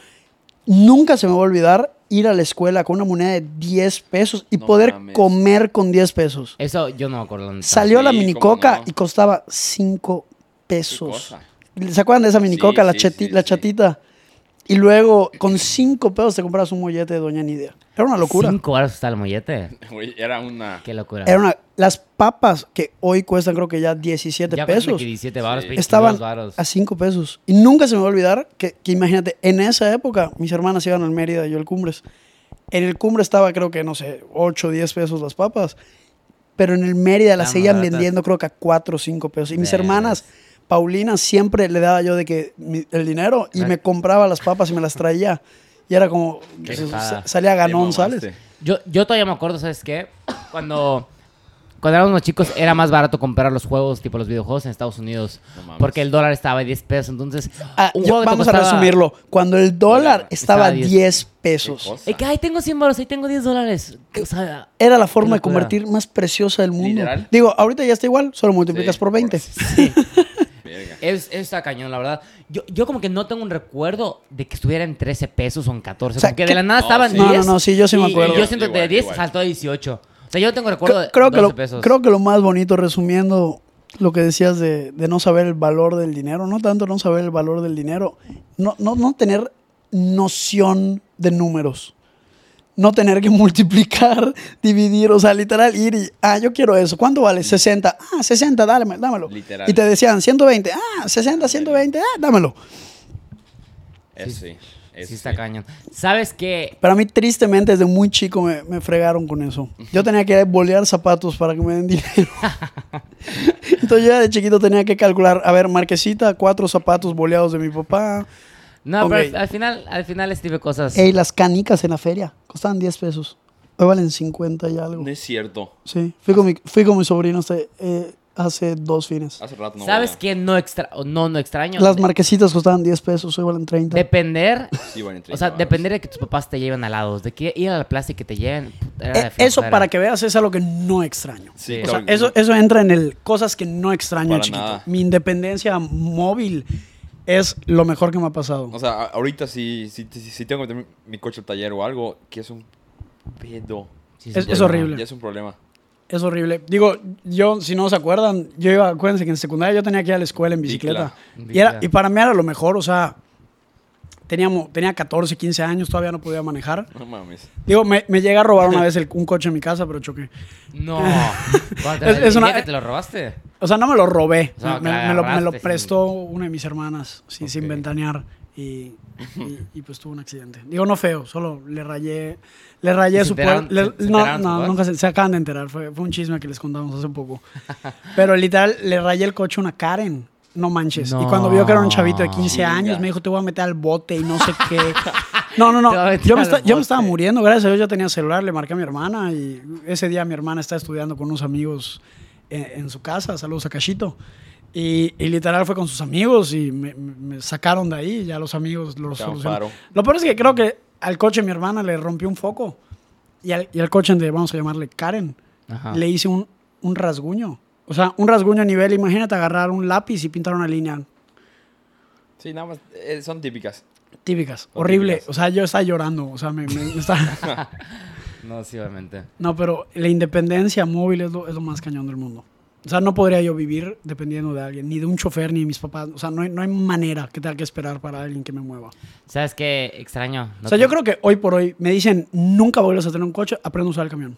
[SPEAKER 1] nunca se me va a olvidar ir a la escuela con una moneda de 10 pesos y
[SPEAKER 3] No
[SPEAKER 1] poder
[SPEAKER 3] mames.
[SPEAKER 1] comer con 10 pesos.
[SPEAKER 2] Eso yo no me acuerdo. dónde estaba.
[SPEAKER 1] Salió la
[SPEAKER 3] sí,
[SPEAKER 1] minicoca
[SPEAKER 3] cómo no.
[SPEAKER 1] y costaba 5
[SPEAKER 3] qué
[SPEAKER 1] pesos.
[SPEAKER 3] cosa.
[SPEAKER 1] ¿Se acuerdan de esa minicoca,
[SPEAKER 3] Sí,
[SPEAKER 1] la,
[SPEAKER 3] sí,
[SPEAKER 1] chati-
[SPEAKER 3] sí,
[SPEAKER 1] la
[SPEAKER 3] sí.
[SPEAKER 1] chatita? Y luego, con 5 pesos te comprabas un mollete de Doña Nidia. Era una locura.
[SPEAKER 2] Cinco baros está el mollete.
[SPEAKER 3] Güey, era una.
[SPEAKER 2] Qué locura.
[SPEAKER 1] Era una- las papas que hoy cuestan creo que ya 17
[SPEAKER 2] Ya cuéntame
[SPEAKER 1] pesos
[SPEAKER 2] que 17 baros,
[SPEAKER 3] Sí.
[SPEAKER 2] 22
[SPEAKER 1] estaban
[SPEAKER 2] baros.
[SPEAKER 1] a 5 pesos. Y nunca se me va a olvidar que, que imagínate, en esa época mis hermanas iban al Mérida y yo al Cumbres. En el Cumbre estaba creo que, no sé, 8 o 10 pesos las papas. Pero en el Mérida las
[SPEAKER 2] Estaban
[SPEAKER 1] seguían
[SPEAKER 2] baratas.
[SPEAKER 1] vendiendo creo que a 4 o 5 pesos. Y mis
[SPEAKER 2] Vergas.
[SPEAKER 1] hermanas, Paulina, siempre le daba yo de que mi- el dinero y
[SPEAKER 2] Ah.
[SPEAKER 1] me compraba las papas y me las traía. Y era como,
[SPEAKER 2] Qué
[SPEAKER 1] se-
[SPEAKER 2] jada.
[SPEAKER 1] salía ganón,
[SPEAKER 3] Te
[SPEAKER 1] ¿sabes?
[SPEAKER 3] mamaste.
[SPEAKER 2] Yo, yo todavía me acuerdo, ¿sabes qué? Cuando, cuando éramos más chicos era más barato comprar los juegos, tipo los videojuegos en Estados Unidos.
[SPEAKER 3] No mames.
[SPEAKER 2] porque el dólar estaba a 10 pesos, entonces...
[SPEAKER 1] Ah,
[SPEAKER 2] un
[SPEAKER 1] yo-
[SPEAKER 2] juego que te
[SPEAKER 1] vamos a
[SPEAKER 2] costaba-
[SPEAKER 1] resumirlo. Cuando el dólar estaba
[SPEAKER 3] Estaba
[SPEAKER 1] a
[SPEAKER 2] 10
[SPEAKER 1] 10
[SPEAKER 3] Qué
[SPEAKER 1] pesos,
[SPEAKER 3] cosa.
[SPEAKER 2] Eh, que, ay, tengo 100 baros, ahí tengo 10 dólares. O sea,
[SPEAKER 1] era la forma de
[SPEAKER 2] locura.
[SPEAKER 1] convertir más preciosa del mundo.
[SPEAKER 3] Literal.
[SPEAKER 1] Digo, ahorita ya está igual, solo multiplicas
[SPEAKER 3] Sí,
[SPEAKER 1] por 20.
[SPEAKER 3] Verga.
[SPEAKER 2] es, está cañón, la verdad. Yo, yo como que no tengo un recuerdo de que estuviera en 13 pesos o en 14.
[SPEAKER 1] O sea,
[SPEAKER 2] como que
[SPEAKER 1] ¿qué?
[SPEAKER 2] de la nada
[SPEAKER 3] No,
[SPEAKER 2] estaban
[SPEAKER 3] sí.
[SPEAKER 2] 10.
[SPEAKER 1] No, no, no, sí, yo sí me
[SPEAKER 2] y- y
[SPEAKER 1] acuerdo.
[SPEAKER 2] yo siento de
[SPEAKER 3] Igual,
[SPEAKER 2] 10
[SPEAKER 3] igual.
[SPEAKER 2] saltó a 18. O sea, yo tengo recuerdo
[SPEAKER 1] Creo,
[SPEAKER 2] de
[SPEAKER 1] creo que
[SPEAKER 2] 12
[SPEAKER 1] lo,
[SPEAKER 2] pesos.
[SPEAKER 1] creo que lo más bonito, resumiendo lo que decías de, de no saber el valor del dinero, no tanto no saber el valor del dinero, no, no, no tener noción de números. No tener que multiplicar, dividir, o sea, literal, ir y, ah, yo quiero eso, ¿cuánto vale? 60, ah, 60, dame, dámelo.
[SPEAKER 3] Literal.
[SPEAKER 1] Y te decían 120, ah, 60, 120, ah, dámelo.
[SPEAKER 3] Eh, sí. Eso
[SPEAKER 2] sí está
[SPEAKER 3] sí.
[SPEAKER 2] cañón. ¿Sabes qué?
[SPEAKER 1] Pero a mí, tristemente, desde muy chico me, me fregaron con eso. Yo tenía que bolear zapatos para que me den dinero. Entonces, yo ya de chiquito tenía que calcular, a ver, marquesita, cuatro zapatos boleados de mi papá.
[SPEAKER 2] No,
[SPEAKER 1] Ok.
[SPEAKER 2] pero al- al final, al final este tipo de cosas.
[SPEAKER 1] Ey, las canicas en la feria costaban 10 pesos. Hoy valen 50 y algo.
[SPEAKER 3] No es cierto.
[SPEAKER 1] Sí, fui con mi, fui con mi sobrino este, eh, hace dos fines.
[SPEAKER 3] Hace rato no.
[SPEAKER 2] ¿Sabes
[SPEAKER 3] voy a-
[SPEAKER 2] qué? No, extra o no, no extraño.
[SPEAKER 1] Las
[SPEAKER 2] De-
[SPEAKER 1] marquesitas costaban 10 pesos, hoy valen 30.
[SPEAKER 2] Depender.
[SPEAKER 3] Sí, van en
[SPEAKER 2] O sea,
[SPEAKER 3] 30
[SPEAKER 2] depender de que tus papás te lleven alados, de que ir a la plaza y que te lleven. puta, era la
[SPEAKER 1] Eh, eso
[SPEAKER 2] flojera.
[SPEAKER 1] para que veas es algo que no extraño.
[SPEAKER 2] Sí.
[SPEAKER 3] Sí,
[SPEAKER 1] O sea,
[SPEAKER 3] claro que
[SPEAKER 1] eso,
[SPEAKER 3] no.
[SPEAKER 1] eso entra en el cosas que no extraño de
[SPEAKER 3] Para
[SPEAKER 1] chiquito.
[SPEAKER 3] nada.
[SPEAKER 1] Mi independencia móvil es lo mejor que me ha pasado.
[SPEAKER 3] O sea, a- ahorita sí, sí, sí, sí tengo que meter mi- mi coche al taller o algo, que es un pedo.
[SPEAKER 2] Sí,
[SPEAKER 1] es-
[SPEAKER 2] sí,
[SPEAKER 1] es
[SPEAKER 2] sí, sí.
[SPEAKER 1] horrible.
[SPEAKER 3] Ya es un problema.
[SPEAKER 1] Es horrible. Digo, yo, si no se acuerdan, yo iba, acuérdense que en secundaria yo tenía que ir a la escuela en bicicleta.
[SPEAKER 2] Bicla.
[SPEAKER 1] Y, era, y para mí era lo mejor, o sea, teníamos, tenía 14, 15 años, todavía no podía manejar.
[SPEAKER 3] No mames.
[SPEAKER 1] Digo, me, me llega a robar una vez el- un coche en mi casa, pero choqué.
[SPEAKER 2] No.
[SPEAKER 1] Es-
[SPEAKER 2] es,
[SPEAKER 1] es una-
[SPEAKER 2] que te lo robaste.
[SPEAKER 1] O sea, no me lo robé.
[SPEAKER 2] O sea,
[SPEAKER 1] me,
[SPEAKER 2] que
[SPEAKER 1] me- me lo, me lo
[SPEAKER 2] agarraste sin-
[SPEAKER 1] prestó una de mis hermanas, sí, sin
[SPEAKER 2] Ok.
[SPEAKER 1] ventanear. Y, y- y, pues tuvo un accidente. Digo, no feo, solo le rayé. Le rayé
[SPEAKER 2] ¿Se
[SPEAKER 1] su
[SPEAKER 2] enteraron-
[SPEAKER 1] puer- le-
[SPEAKER 2] se- se
[SPEAKER 1] No,
[SPEAKER 2] enteraron tus
[SPEAKER 1] no,
[SPEAKER 2] papás?
[SPEAKER 1] nunca se, se acaban de enterar. Fue, fue un chisme que les contamos hace poco. Pero literal, le rayé el coche a una Karen. No manches. Y cuando vio que era un chavito de 15
[SPEAKER 3] No.
[SPEAKER 1] años,
[SPEAKER 3] Chinga.
[SPEAKER 1] me dijo, te voy a meter al bote y no sé qué. No, no, no.
[SPEAKER 2] Te voy a meter
[SPEAKER 1] Yo me,
[SPEAKER 2] al
[SPEAKER 1] esta- yo me estaba
[SPEAKER 2] bote.
[SPEAKER 1] muriendo. Gracias a Dios yo tenía celular. Le marqué a mi hermana y ese día mi hermana estaba estudiando con unos amigos en, en su casa. Saludos a Cachito. Y, y literal fue con sus amigos y me, me- me sacaron de ahí. Ya los amigos los
[SPEAKER 3] Te dan
[SPEAKER 1] solucionaron.
[SPEAKER 3] paro.
[SPEAKER 1] Lo peor es que creo que al coche mi hermana le rompió un foco. Y al, y al coche de, vamos a llamarle Karen,
[SPEAKER 2] Ajá.
[SPEAKER 1] le hice un, un rasguño. O sea, un rasguño a nivel, imagínate agarrar un lápiz y pintar una línea.
[SPEAKER 3] Sí, nada más. eh, son típicas.
[SPEAKER 1] Típicas,
[SPEAKER 3] Son
[SPEAKER 1] horrible.
[SPEAKER 3] típicas.
[SPEAKER 1] O sea, yo estaba llorando. O sea, me, me- me estaba...
[SPEAKER 2] No, sí, obviamente.
[SPEAKER 1] No, pero la independencia móvil es lo, es lo más cañón del mundo. O sea, no podría yo vivir dependiendo de alguien, ni de un chofer, ni de mis papás. O sea, no hay, no hay manera que tenga que esperar para alguien que me mueva.
[SPEAKER 2] ¿Sabes qué? Extraño.
[SPEAKER 1] o
[SPEAKER 2] No
[SPEAKER 1] sea,
[SPEAKER 2] te-
[SPEAKER 1] yo creo que hoy por hoy me dicen, nunca vuelves a tener un coche, aprende a usar el camión.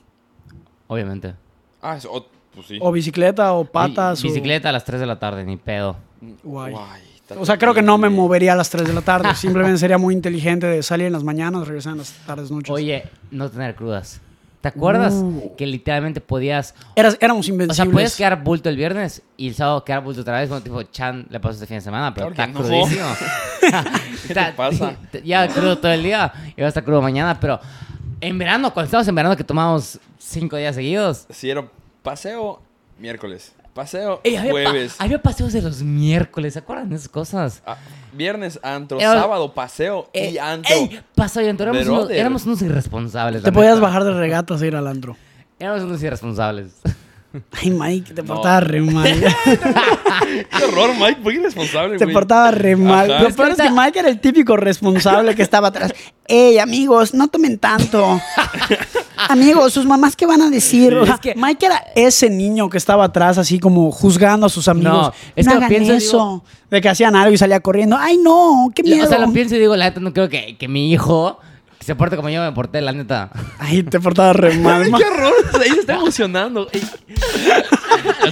[SPEAKER 2] Obviamente.
[SPEAKER 3] Ah, es ot- pues sí.
[SPEAKER 1] O bicicleta, o patas.
[SPEAKER 2] Bi- Bicicleta a las 3 de la tarde, ni pedo.
[SPEAKER 1] guay.
[SPEAKER 3] Mm, está
[SPEAKER 1] O, o sea, creo que no me
[SPEAKER 3] terrible.
[SPEAKER 1] movería a las 3 de la tarde. Simplemente sería muy inteligente de salir en las mañanas, regresar en las tardes, noches.
[SPEAKER 2] Oye, no tener crudas. ¿Te acuerdas
[SPEAKER 1] Uh.
[SPEAKER 2] que literalmente podías...
[SPEAKER 1] Eras- éramos
[SPEAKER 2] O
[SPEAKER 1] invencibles.
[SPEAKER 2] sea, puedes quedar bulto el viernes y el sábado quedar bulto otra vez. Cuando tipo, Chan, le pasó este fin de semana, pero
[SPEAKER 3] Claro que
[SPEAKER 2] está
[SPEAKER 3] no.
[SPEAKER 2] crudísimo.
[SPEAKER 3] ¿Qué
[SPEAKER 2] Ta-
[SPEAKER 3] te pasa?
[SPEAKER 2] te- Ya crudo todo el día y vas a estar crudo mañana, pero en verano, cuando estábamos en verano que tomamos cinco días seguidos.
[SPEAKER 3] Si era paseo miércoles, paseo
[SPEAKER 2] Ey, había, pa-
[SPEAKER 3] jueves,
[SPEAKER 2] había paseos de los miércoles, ¿se acuerdan de esas cosas?
[SPEAKER 3] ah, viernes antro,
[SPEAKER 2] Era-
[SPEAKER 3] sábado paseo y
[SPEAKER 2] Eh,
[SPEAKER 3] antro.
[SPEAKER 2] ¡Ey! Pasó y antro. Éramos, unos,
[SPEAKER 3] Brother.
[SPEAKER 2] éramos unos irresponsables.
[SPEAKER 1] Te
[SPEAKER 2] la
[SPEAKER 1] podías
[SPEAKER 2] neta.
[SPEAKER 1] bajar de regatas e ir al antro.
[SPEAKER 2] Éramos unos irresponsables.
[SPEAKER 1] Ay, Mike, te
[SPEAKER 3] No.
[SPEAKER 1] portabas re mal.
[SPEAKER 3] Qué horror, Mike, muy irresponsable,
[SPEAKER 1] Te
[SPEAKER 3] güey.
[SPEAKER 1] portaba re mal.
[SPEAKER 3] Ajá.
[SPEAKER 1] Lo peor es que Mike era el típico responsable que estaba atrás. Ey, amigos, no tomen tanto. amigos, sus mamás, ¿qué van a decir? O sea,
[SPEAKER 2] Es que-
[SPEAKER 1] Mike era ese niño que estaba atrás, así como juzgando a sus amigos. No,
[SPEAKER 2] No, es que lo
[SPEAKER 1] hagan
[SPEAKER 2] pienso,
[SPEAKER 1] eso.
[SPEAKER 2] digo-
[SPEAKER 1] de que hacían algo y salía corriendo. Ay, no, qué miedo.
[SPEAKER 2] O sea, lo pienso y digo, la neta, no creo que, que mi hijo se porte como yo me porté, la neta.
[SPEAKER 1] Ay, te portaba re mal.
[SPEAKER 3] Ay,
[SPEAKER 1] ma.
[SPEAKER 3] qué horror, ahí se está emocionando. Ey.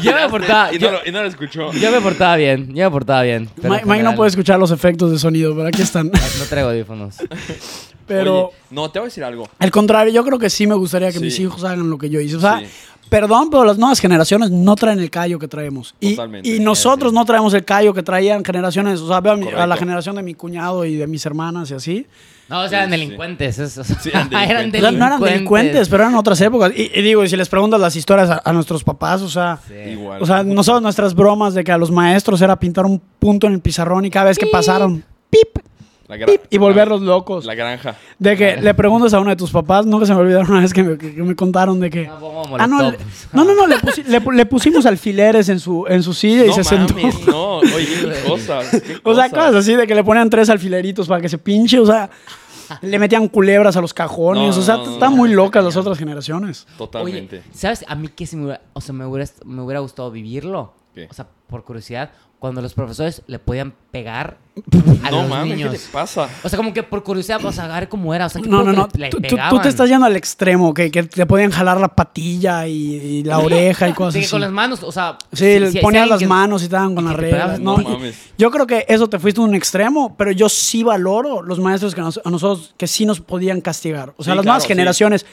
[SPEAKER 2] Yo me portaba,
[SPEAKER 3] Y no,
[SPEAKER 2] yo,
[SPEAKER 3] lo, y no lo escuchó.
[SPEAKER 2] yo me portaba bien, yo me portaba bien. pero
[SPEAKER 1] Mike, Mike
[SPEAKER 2] en
[SPEAKER 1] no
[SPEAKER 2] general,
[SPEAKER 1] puede escuchar los efectos de sonido, pero aquí están.
[SPEAKER 2] no- No traigo audífonos.
[SPEAKER 1] Pero...
[SPEAKER 3] Oye, no, te voy a decir algo.
[SPEAKER 1] Al contrario, yo creo que sí me gustaría que
[SPEAKER 3] Sí.
[SPEAKER 1] mis hijos hagan lo que yo hice. O sea,
[SPEAKER 3] Sí.
[SPEAKER 1] perdón, pero las nuevas generaciones no traen el callo que traemos. Y,
[SPEAKER 3] Totalmente.
[SPEAKER 1] y nosotros no traemos el callo que traían generaciones. O sea, veo a, mi- a la
[SPEAKER 3] Correcto.
[SPEAKER 1] generación de mi cuñado y de mis hermanas y así.
[SPEAKER 2] No, o
[SPEAKER 3] Sí,
[SPEAKER 2] sea, eran
[SPEAKER 3] sí.
[SPEAKER 2] delincuentes. es- o sea,
[SPEAKER 3] Sí, eran
[SPEAKER 2] eran
[SPEAKER 3] delincuentes.
[SPEAKER 1] O sea, no eran delincuentes, pero eran otras épocas. Y, y digo, y si les preguntas las historias a, a nuestros papás, o sea.
[SPEAKER 2] Sí.
[SPEAKER 3] Igual.
[SPEAKER 1] O sea, nosotros nuestras bromas de que a los maestros era pintar un punto en el pizarrón y cada vez que pasaron, pip,
[SPEAKER 3] La gra-
[SPEAKER 1] pip, y volverlos locos.
[SPEAKER 3] La granja.
[SPEAKER 1] De que le preguntas a uno de tus papás, nunca se me olvidaron una vez que me, que- que me contaron de que.
[SPEAKER 2] Una bomba
[SPEAKER 1] Ah, no, le-
[SPEAKER 2] molotov.
[SPEAKER 1] no, no, no, le, pusi- le pu- le pusimos alfileres en su, en su silla y
[SPEAKER 3] no
[SPEAKER 1] se sentó.
[SPEAKER 3] mames, no. Oye, qué cosas. qué
[SPEAKER 1] O sea,
[SPEAKER 3] cosas.
[SPEAKER 1] cosas así de que le ponían tres alfileritos para que se pinche, o sea, le metían culebras a los cajones,
[SPEAKER 3] No,
[SPEAKER 1] o sea,
[SPEAKER 3] no, no,
[SPEAKER 1] están
[SPEAKER 3] no,
[SPEAKER 1] muy
[SPEAKER 3] no,
[SPEAKER 1] locas
[SPEAKER 3] no.
[SPEAKER 1] las otras generaciones.
[SPEAKER 3] Totalmente.
[SPEAKER 2] Oye, ¿sabes? A mí que se me hubiera, o sea, me hubiera, me hubiera gustado vivirlo.
[SPEAKER 3] ¿Qué?
[SPEAKER 2] O sea, por curiosidad, cuando los profesores le podían pegar a
[SPEAKER 3] no
[SPEAKER 2] los
[SPEAKER 3] mames, ¿qué
[SPEAKER 2] niños.
[SPEAKER 3] te pasa?
[SPEAKER 2] O sea, como que por curiosidad, vamos a ver cómo era. O sea, ¿qué
[SPEAKER 1] No, no,
[SPEAKER 2] pedo
[SPEAKER 1] no.
[SPEAKER 2] que le- le
[SPEAKER 1] Tú, tú- tú
[SPEAKER 2] pegaban?
[SPEAKER 1] te estás yendo al extremo, que, que te podían jalar la patilla y, y la oreja y cosas
[SPEAKER 2] Sí, que
[SPEAKER 1] así.
[SPEAKER 2] con las manos, o sea...
[SPEAKER 1] Sí, les
[SPEAKER 2] si- si
[SPEAKER 1] ponías
[SPEAKER 2] alguien
[SPEAKER 1] las
[SPEAKER 2] que-
[SPEAKER 1] manos y estaban con
[SPEAKER 2] y
[SPEAKER 1] las
[SPEAKER 2] que te
[SPEAKER 1] reglas.
[SPEAKER 2] pegaban,
[SPEAKER 1] No,
[SPEAKER 3] no mames.
[SPEAKER 1] yo creo que eso te fuiste a un extremo, pero yo sí valoro los maestros que nos- a nosotros que sí nos podían castigar. O sea,
[SPEAKER 3] Sí,
[SPEAKER 1] las
[SPEAKER 3] claro,
[SPEAKER 1] nuevas
[SPEAKER 3] sí.
[SPEAKER 1] generaciones.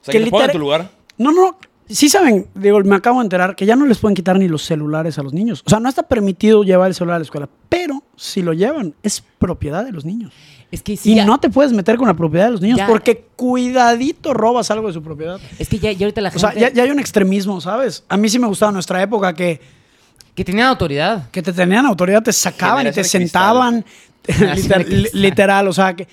[SPEAKER 3] O sea, que, te pongan en
[SPEAKER 1] literal-
[SPEAKER 3] tu lugar.
[SPEAKER 1] No, no, sí saben, digo, me acabo de enterar que ya no les pueden quitar ni los celulares a los niños. O sea, no está permitido llevar el celular a la escuela, pero si lo llevan, es propiedad de los niños.
[SPEAKER 2] Es que sí,
[SPEAKER 1] y
[SPEAKER 2] ya-
[SPEAKER 1] no te puedes meter con la propiedad de los niños
[SPEAKER 2] Ya.
[SPEAKER 1] porque cuidadito robas algo de su propiedad.
[SPEAKER 2] es que ya, ya ahorita la
[SPEAKER 1] O
[SPEAKER 2] gente...
[SPEAKER 1] sea, ya, ya hay un extremismo, ¿sabes? A mí sí me gustaba nuestra época que,
[SPEAKER 2] Que tenían autoridad.
[SPEAKER 1] que te tenían autoridad, te sacaban y te
[SPEAKER 3] Generación de
[SPEAKER 1] sentaban.
[SPEAKER 2] Generación de
[SPEAKER 1] Liter- li-
[SPEAKER 2] cristal.
[SPEAKER 1] literal, o sea, que,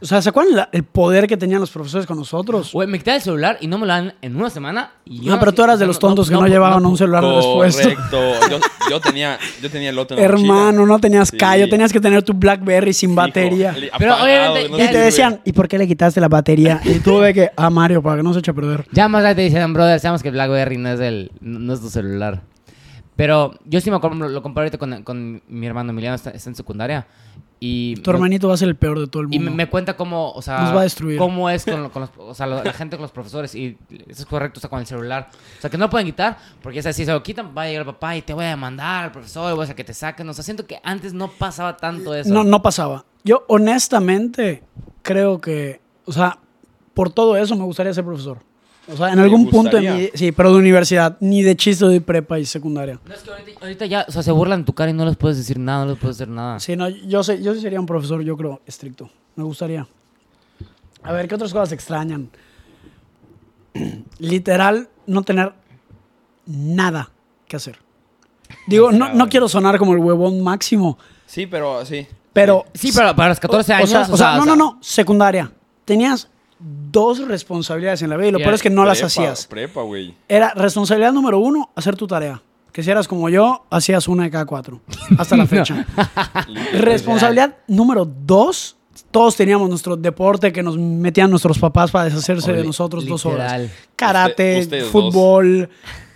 [SPEAKER 1] o sea, ¿se acuerdan la- el poder que tenían los profesores con nosotros?
[SPEAKER 2] Güey, me quité el celular y no me lo dan en una semana. Y yo
[SPEAKER 1] No, Ah, pero tú eras de los tontos que no, llevaban un celular después.
[SPEAKER 3] Correcto. Yo, yo tenía, yo tenía el lote en la
[SPEAKER 1] Hermano,
[SPEAKER 3] mochila.
[SPEAKER 1] no tenías
[SPEAKER 3] Sí.
[SPEAKER 1] callo, tenías que tener tu Blackberry sin
[SPEAKER 3] Hijo,
[SPEAKER 1] batería.
[SPEAKER 3] el-
[SPEAKER 2] Pero
[SPEAKER 3] apagado,
[SPEAKER 2] obviamente
[SPEAKER 3] no
[SPEAKER 2] ya-
[SPEAKER 1] Y
[SPEAKER 3] sé
[SPEAKER 1] te
[SPEAKER 3] qué,
[SPEAKER 1] decían, ¿y por qué le quitaste la batería? Y tú de que, ah, Mario, para que no se eche a perder.
[SPEAKER 2] Ya más tarde te dicen, brother, sabemos que BlackBerry no es, el, no es tu celular. Pero yo sí me acuerdo, lo, lo comparé ahorita con, con mi hermano Emiliano, está, está en secundaria. Y
[SPEAKER 1] Tu hermanito va a ser el peor de todo el
[SPEAKER 2] Y
[SPEAKER 1] mundo.
[SPEAKER 2] me, me cuenta cómo, o sea,
[SPEAKER 1] Nos va a destruir.
[SPEAKER 2] cómo es con, lo- con los- o sea, lo- la gente con los profesores. Y eso es correcto, o sea, con el celular. O sea, que no lo pueden quitar, porque ya sabes, si se lo quitan, va a llegar el papá y te voy a demandar al profesor, voy a hacer que te saquen. O sea, siento que antes no pasaba tanto eso.
[SPEAKER 1] No, no pasaba. Yo honestamente creo que, o sea, por todo eso me gustaría ser profesor. O sea, en
[SPEAKER 3] ¿Te
[SPEAKER 1] algún punto de mi,
[SPEAKER 3] gustaría?
[SPEAKER 1] sí, pero de universidad, ni de chiste de prepa y secundaria.
[SPEAKER 2] No, es que ahorita, ahorita ya, o sea, se burlan en tu cara y no les puedes decir nada, no les puedes hacer nada.
[SPEAKER 1] Sí, no, yo sé, yo sí sería un profesor, yo creo, estricto. Me gustaría. A ver, ¿qué otras cosas extrañan? Literal, no tener nada que hacer. Digo, no, no quiero sonar como el huevón máximo,
[SPEAKER 3] Sí, pero sí.
[SPEAKER 1] pero
[SPEAKER 2] Sí, pero para los 14 años.
[SPEAKER 1] O sea, o sea, no, no, no, secundaria. Tenías dos responsabilidades en la vida y lo
[SPEAKER 2] Ya,
[SPEAKER 1] peor es que no las
[SPEAKER 3] Prepa,
[SPEAKER 1] hacías.
[SPEAKER 3] Prepa, güey.
[SPEAKER 1] Era responsabilidad número uno, hacer tu tarea. Que si eras como yo, hacías una de cada cuatro. Hasta la fecha. Responsabilidad número dos, todos teníamos nuestro deporte que nos metían nuestros papás para deshacerse de
[SPEAKER 2] Oli-
[SPEAKER 1] nosotros dos horas.
[SPEAKER 2] literal.
[SPEAKER 1] Karate,
[SPEAKER 3] Usted- ustedes
[SPEAKER 1] fútbol,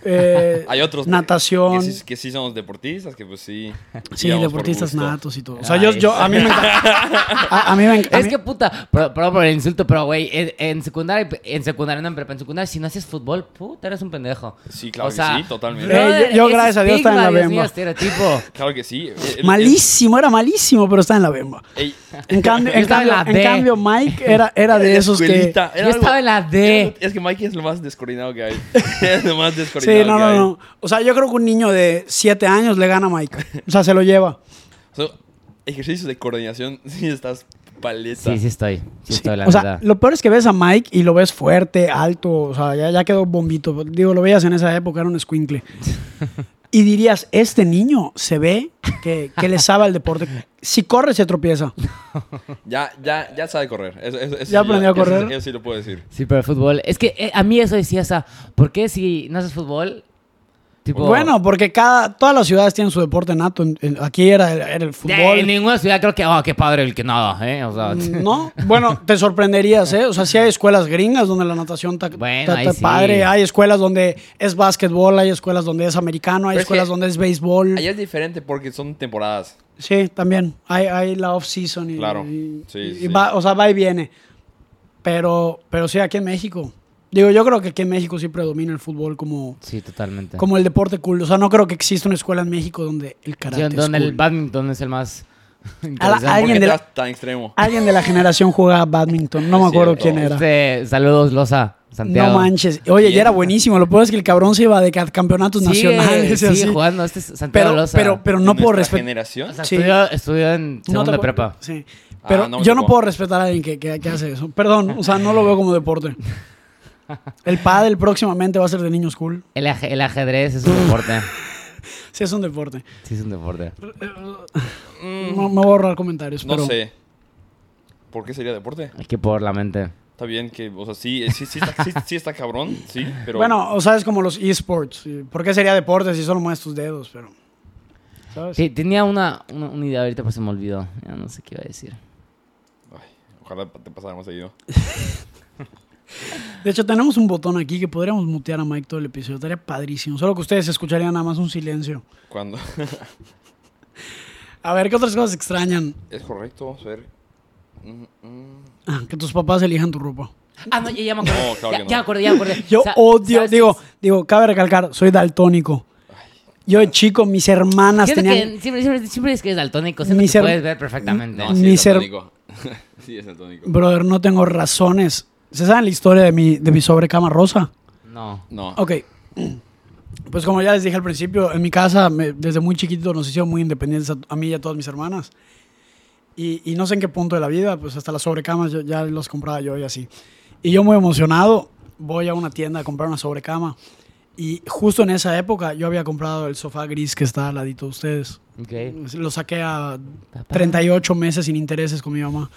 [SPEAKER 1] eh,
[SPEAKER 3] Hay otros que-
[SPEAKER 1] natación.
[SPEAKER 3] Que sí, que sí somos deportistas, que pues sí.
[SPEAKER 1] Sí,
[SPEAKER 3] íbamos por
[SPEAKER 1] deportistas
[SPEAKER 3] gusto.
[SPEAKER 1] natos y todo. O sea, yo, yo- a
[SPEAKER 2] Ay.
[SPEAKER 1] mí me encanta. A, a mí me encanta.
[SPEAKER 2] Es que puta, pro- perdón por el insulto, pero güey, en, en secundaria, en secundaria, no, en prepa, en secundaria, si no haces fútbol, puta, eres un pendejo.
[SPEAKER 3] Sí, claro
[SPEAKER 2] O
[SPEAKER 3] que
[SPEAKER 2] sea,
[SPEAKER 3] sí, totalmente.
[SPEAKER 2] brother,
[SPEAKER 1] Eh, yo- yo
[SPEAKER 2] ese
[SPEAKER 1] gracias a Dios
[SPEAKER 2] estigma,
[SPEAKER 1] estaba en la
[SPEAKER 2] Dios mío,
[SPEAKER 1] bemba.
[SPEAKER 2] estereotipo.
[SPEAKER 3] Claro que sí. El- el-
[SPEAKER 1] Malísimo, era malísimo, pero está en la bemba.
[SPEAKER 3] Ey,
[SPEAKER 1] En cambio,
[SPEAKER 2] Yo
[SPEAKER 1] en
[SPEAKER 2] estaba en
[SPEAKER 1] cambio,
[SPEAKER 2] la
[SPEAKER 1] en
[SPEAKER 2] D.
[SPEAKER 1] cambio, Mike era, era de esos que.
[SPEAKER 3] escuelita, era
[SPEAKER 2] Yo estaba en la D.
[SPEAKER 3] era- Es que Mikey es lo más descoordinado que hay. es lo más descoordinado
[SPEAKER 1] Sí, no,
[SPEAKER 3] que
[SPEAKER 1] no,
[SPEAKER 3] hay.
[SPEAKER 1] no. O sea, yo creo que un niño de 7 años le gana a Mike. O sea, se lo lleva.
[SPEAKER 3] O sea, ejercicios de coordinación, sí estás paleta.
[SPEAKER 2] Sí, sí estoy. Sí,
[SPEAKER 1] Sí.
[SPEAKER 2] estoy, la
[SPEAKER 1] O sea,
[SPEAKER 2] verdad.
[SPEAKER 1] lo peor es que ves a Mike y lo ves fuerte, alto. O sea, ya, ya quedó bombito. Digo, lo veías en esa época, era un squinkle. Y dirías, este niño se ve que, que le sabe al deporte. Si corre, se tropieza.
[SPEAKER 3] Ya, ya, ya sabe correr. Eso- eso- eso
[SPEAKER 1] Ya
[SPEAKER 3] sí,
[SPEAKER 1] aprendió a
[SPEAKER 3] eso-
[SPEAKER 1] correr.
[SPEAKER 3] Eso sí lo puedo decir.
[SPEAKER 2] Sí, pero el fútbol. Es que eh, a mí eso decía, o sea, ¿por qué si no haces fútbol? Tipo,
[SPEAKER 1] Bueno, porque cada, todas las ciudades tienen su deporte nato. En- en- Aquí era, el- era el
[SPEAKER 2] de-
[SPEAKER 1] fútbol. Mm.
[SPEAKER 2] en ninguna ciudad creo que, oh, qué padre el que nada, ¿eh? O sea,
[SPEAKER 1] No, bueno, te sorprenderías, ¿eh? O sea, sí hay escuelas gringas donde la natación está
[SPEAKER 2] Bueno,
[SPEAKER 1] está-
[SPEAKER 2] ahí
[SPEAKER 1] está
[SPEAKER 2] sí.
[SPEAKER 1] padre, hay escuelas donde es básquetbol, hay escuelas donde es americano, hay
[SPEAKER 3] Pero es
[SPEAKER 1] escuelas
[SPEAKER 3] que
[SPEAKER 1] donde es béisbol.
[SPEAKER 3] Allá es diferente porque son temporadas.
[SPEAKER 1] Sí, también. Hay, hay la off-season y,
[SPEAKER 3] Claro.
[SPEAKER 1] y-
[SPEAKER 3] Sí,
[SPEAKER 1] y
[SPEAKER 3] sí.
[SPEAKER 1] va- o sea, va y viene. Pero, pero sí, aquí en México. Digo, yo creo que aquí en México sí predomina el fútbol como,
[SPEAKER 2] sí, totalmente.
[SPEAKER 1] como el deporte cool. O sea, no creo que exista una escuela en México donde el
[SPEAKER 2] Sí,
[SPEAKER 1] karate es
[SPEAKER 2] donde el
[SPEAKER 1] cool.
[SPEAKER 2] badminton es el más interesante.
[SPEAKER 1] Alguien
[SPEAKER 3] Porque
[SPEAKER 1] de la- Ah,
[SPEAKER 3] estás tan extremo.
[SPEAKER 1] Alguien de la generación jugaba badminton. No me
[SPEAKER 3] Es
[SPEAKER 1] acuerdo
[SPEAKER 3] cierto.
[SPEAKER 1] quién era.
[SPEAKER 2] Este, saludos, Loza, Santiago.
[SPEAKER 1] No manches. Oye, ya era buenísimo. Lo peor es que el cabrón se iba de ca- campeonatos
[SPEAKER 2] Sigue-
[SPEAKER 1] nacionales y
[SPEAKER 2] sigue
[SPEAKER 1] así.
[SPEAKER 2] jugando, este es Santiago
[SPEAKER 1] Pero,
[SPEAKER 2] Loza.
[SPEAKER 1] pero, pero no
[SPEAKER 3] De
[SPEAKER 1] puedo
[SPEAKER 3] nuestra
[SPEAKER 1] respetar.
[SPEAKER 2] O
[SPEAKER 3] generación.
[SPEAKER 2] sea,
[SPEAKER 1] sí.
[SPEAKER 2] estudió, estudió en segundo de prepa.
[SPEAKER 1] Sí.
[SPEAKER 3] Ah,
[SPEAKER 1] Pero
[SPEAKER 3] no me
[SPEAKER 1] yo no
[SPEAKER 3] tocó.
[SPEAKER 1] puedo respetar a alguien que, que- que hace eso. Perdón, o sea, no lo veo como deporte. El pádel próximamente va a ser de niños cool.
[SPEAKER 2] El, aje- el ajedrez es un deporte.
[SPEAKER 1] Sí, es un deporte.
[SPEAKER 2] Sí, es un deporte.
[SPEAKER 1] No, me voy a ahorrar comentarios.
[SPEAKER 3] Mm. No
[SPEAKER 1] pero
[SPEAKER 3] sé. ¿Por qué sería deporte?
[SPEAKER 2] Hay que por la mente.
[SPEAKER 3] Está bien que, o sea, sí, eh, sí, sí, está, sí, sí está cabrón, sí, pero...
[SPEAKER 1] Bueno, o sea, es como los esports. ¿Por qué sería deporte si solo mueves tus dedos? Pero. ¿Sabes?
[SPEAKER 2] Sí, tenía una, una, una idea ahorita, pero se me olvidó. Ya no sé qué iba a decir.
[SPEAKER 3] Ay, ojalá te pasara más seguido.
[SPEAKER 1] De hecho, tenemos un botón aquí que podríamos mutear a Mike todo el episodio. Estaría padrísimo. Solo que ustedes escucharían nada más un silencio.
[SPEAKER 3] Cuando...
[SPEAKER 1] A ver, ¿qué otras cosas extrañan?
[SPEAKER 3] Es correcto, vamos a ver. Mm, mm.
[SPEAKER 1] Ah, que tus papás elijan tu ropa.
[SPEAKER 2] Ah, no, ya, ya me acordé.
[SPEAKER 3] No, claro
[SPEAKER 2] ya,
[SPEAKER 3] que no.
[SPEAKER 2] ya me acordé, ya me acordé.
[SPEAKER 1] Yo
[SPEAKER 2] O sea,
[SPEAKER 1] odio,
[SPEAKER 2] ¿sabes qué?
[SPEAKER 1] digo, digo, cabe recalcar, soy daltónico. Yo de chico, mis hermanas
[SPEAKER 2] Fíjate
[SPEAKER 1] tenían...
[SPEAKER 2] que siempre, siempre, siempre es que es daltónico, siempre
[SPEAKER 1] Mis
[SPEAKER 2] te
[SPEAKER 1] her-
[SPEAKER 2] puedes ver perfectamente.
[SPEAKER 3] No, sí,
[SPEAKER 1] Ni
[SPEAKER 3] es
[SPEAKER 1] ser-
[SPEAKER 3] daltónico. sí, es daltónico.
[SPEAKER 1] Brother, no tengo razones. ¿Se saben la historia de mi, de mi sobrecama rosa?
[SPEAKER 2] No.
[SPEAKER 3] No.
[SPEAKER 1] Ok. Pues como ya les dije al principio, en mi casa me- desde muy chiquito nos hicieron muy independientes a, a mí y a todas mis hermanas. Y, y no sé en qué punto de la vida, pues hasta las sobrecamas yo- ya los compraba yo y así. Y yo muy emocionado voy a una tienda a comprar una sobrecama. Y justo en esa época yo había comprado el sofá gris que está al ladito de ustedes.
[SPEAKER 2] Ok.
[SPEAKER 1] Lo saqué a 38 meses sin intereses con mi mamá.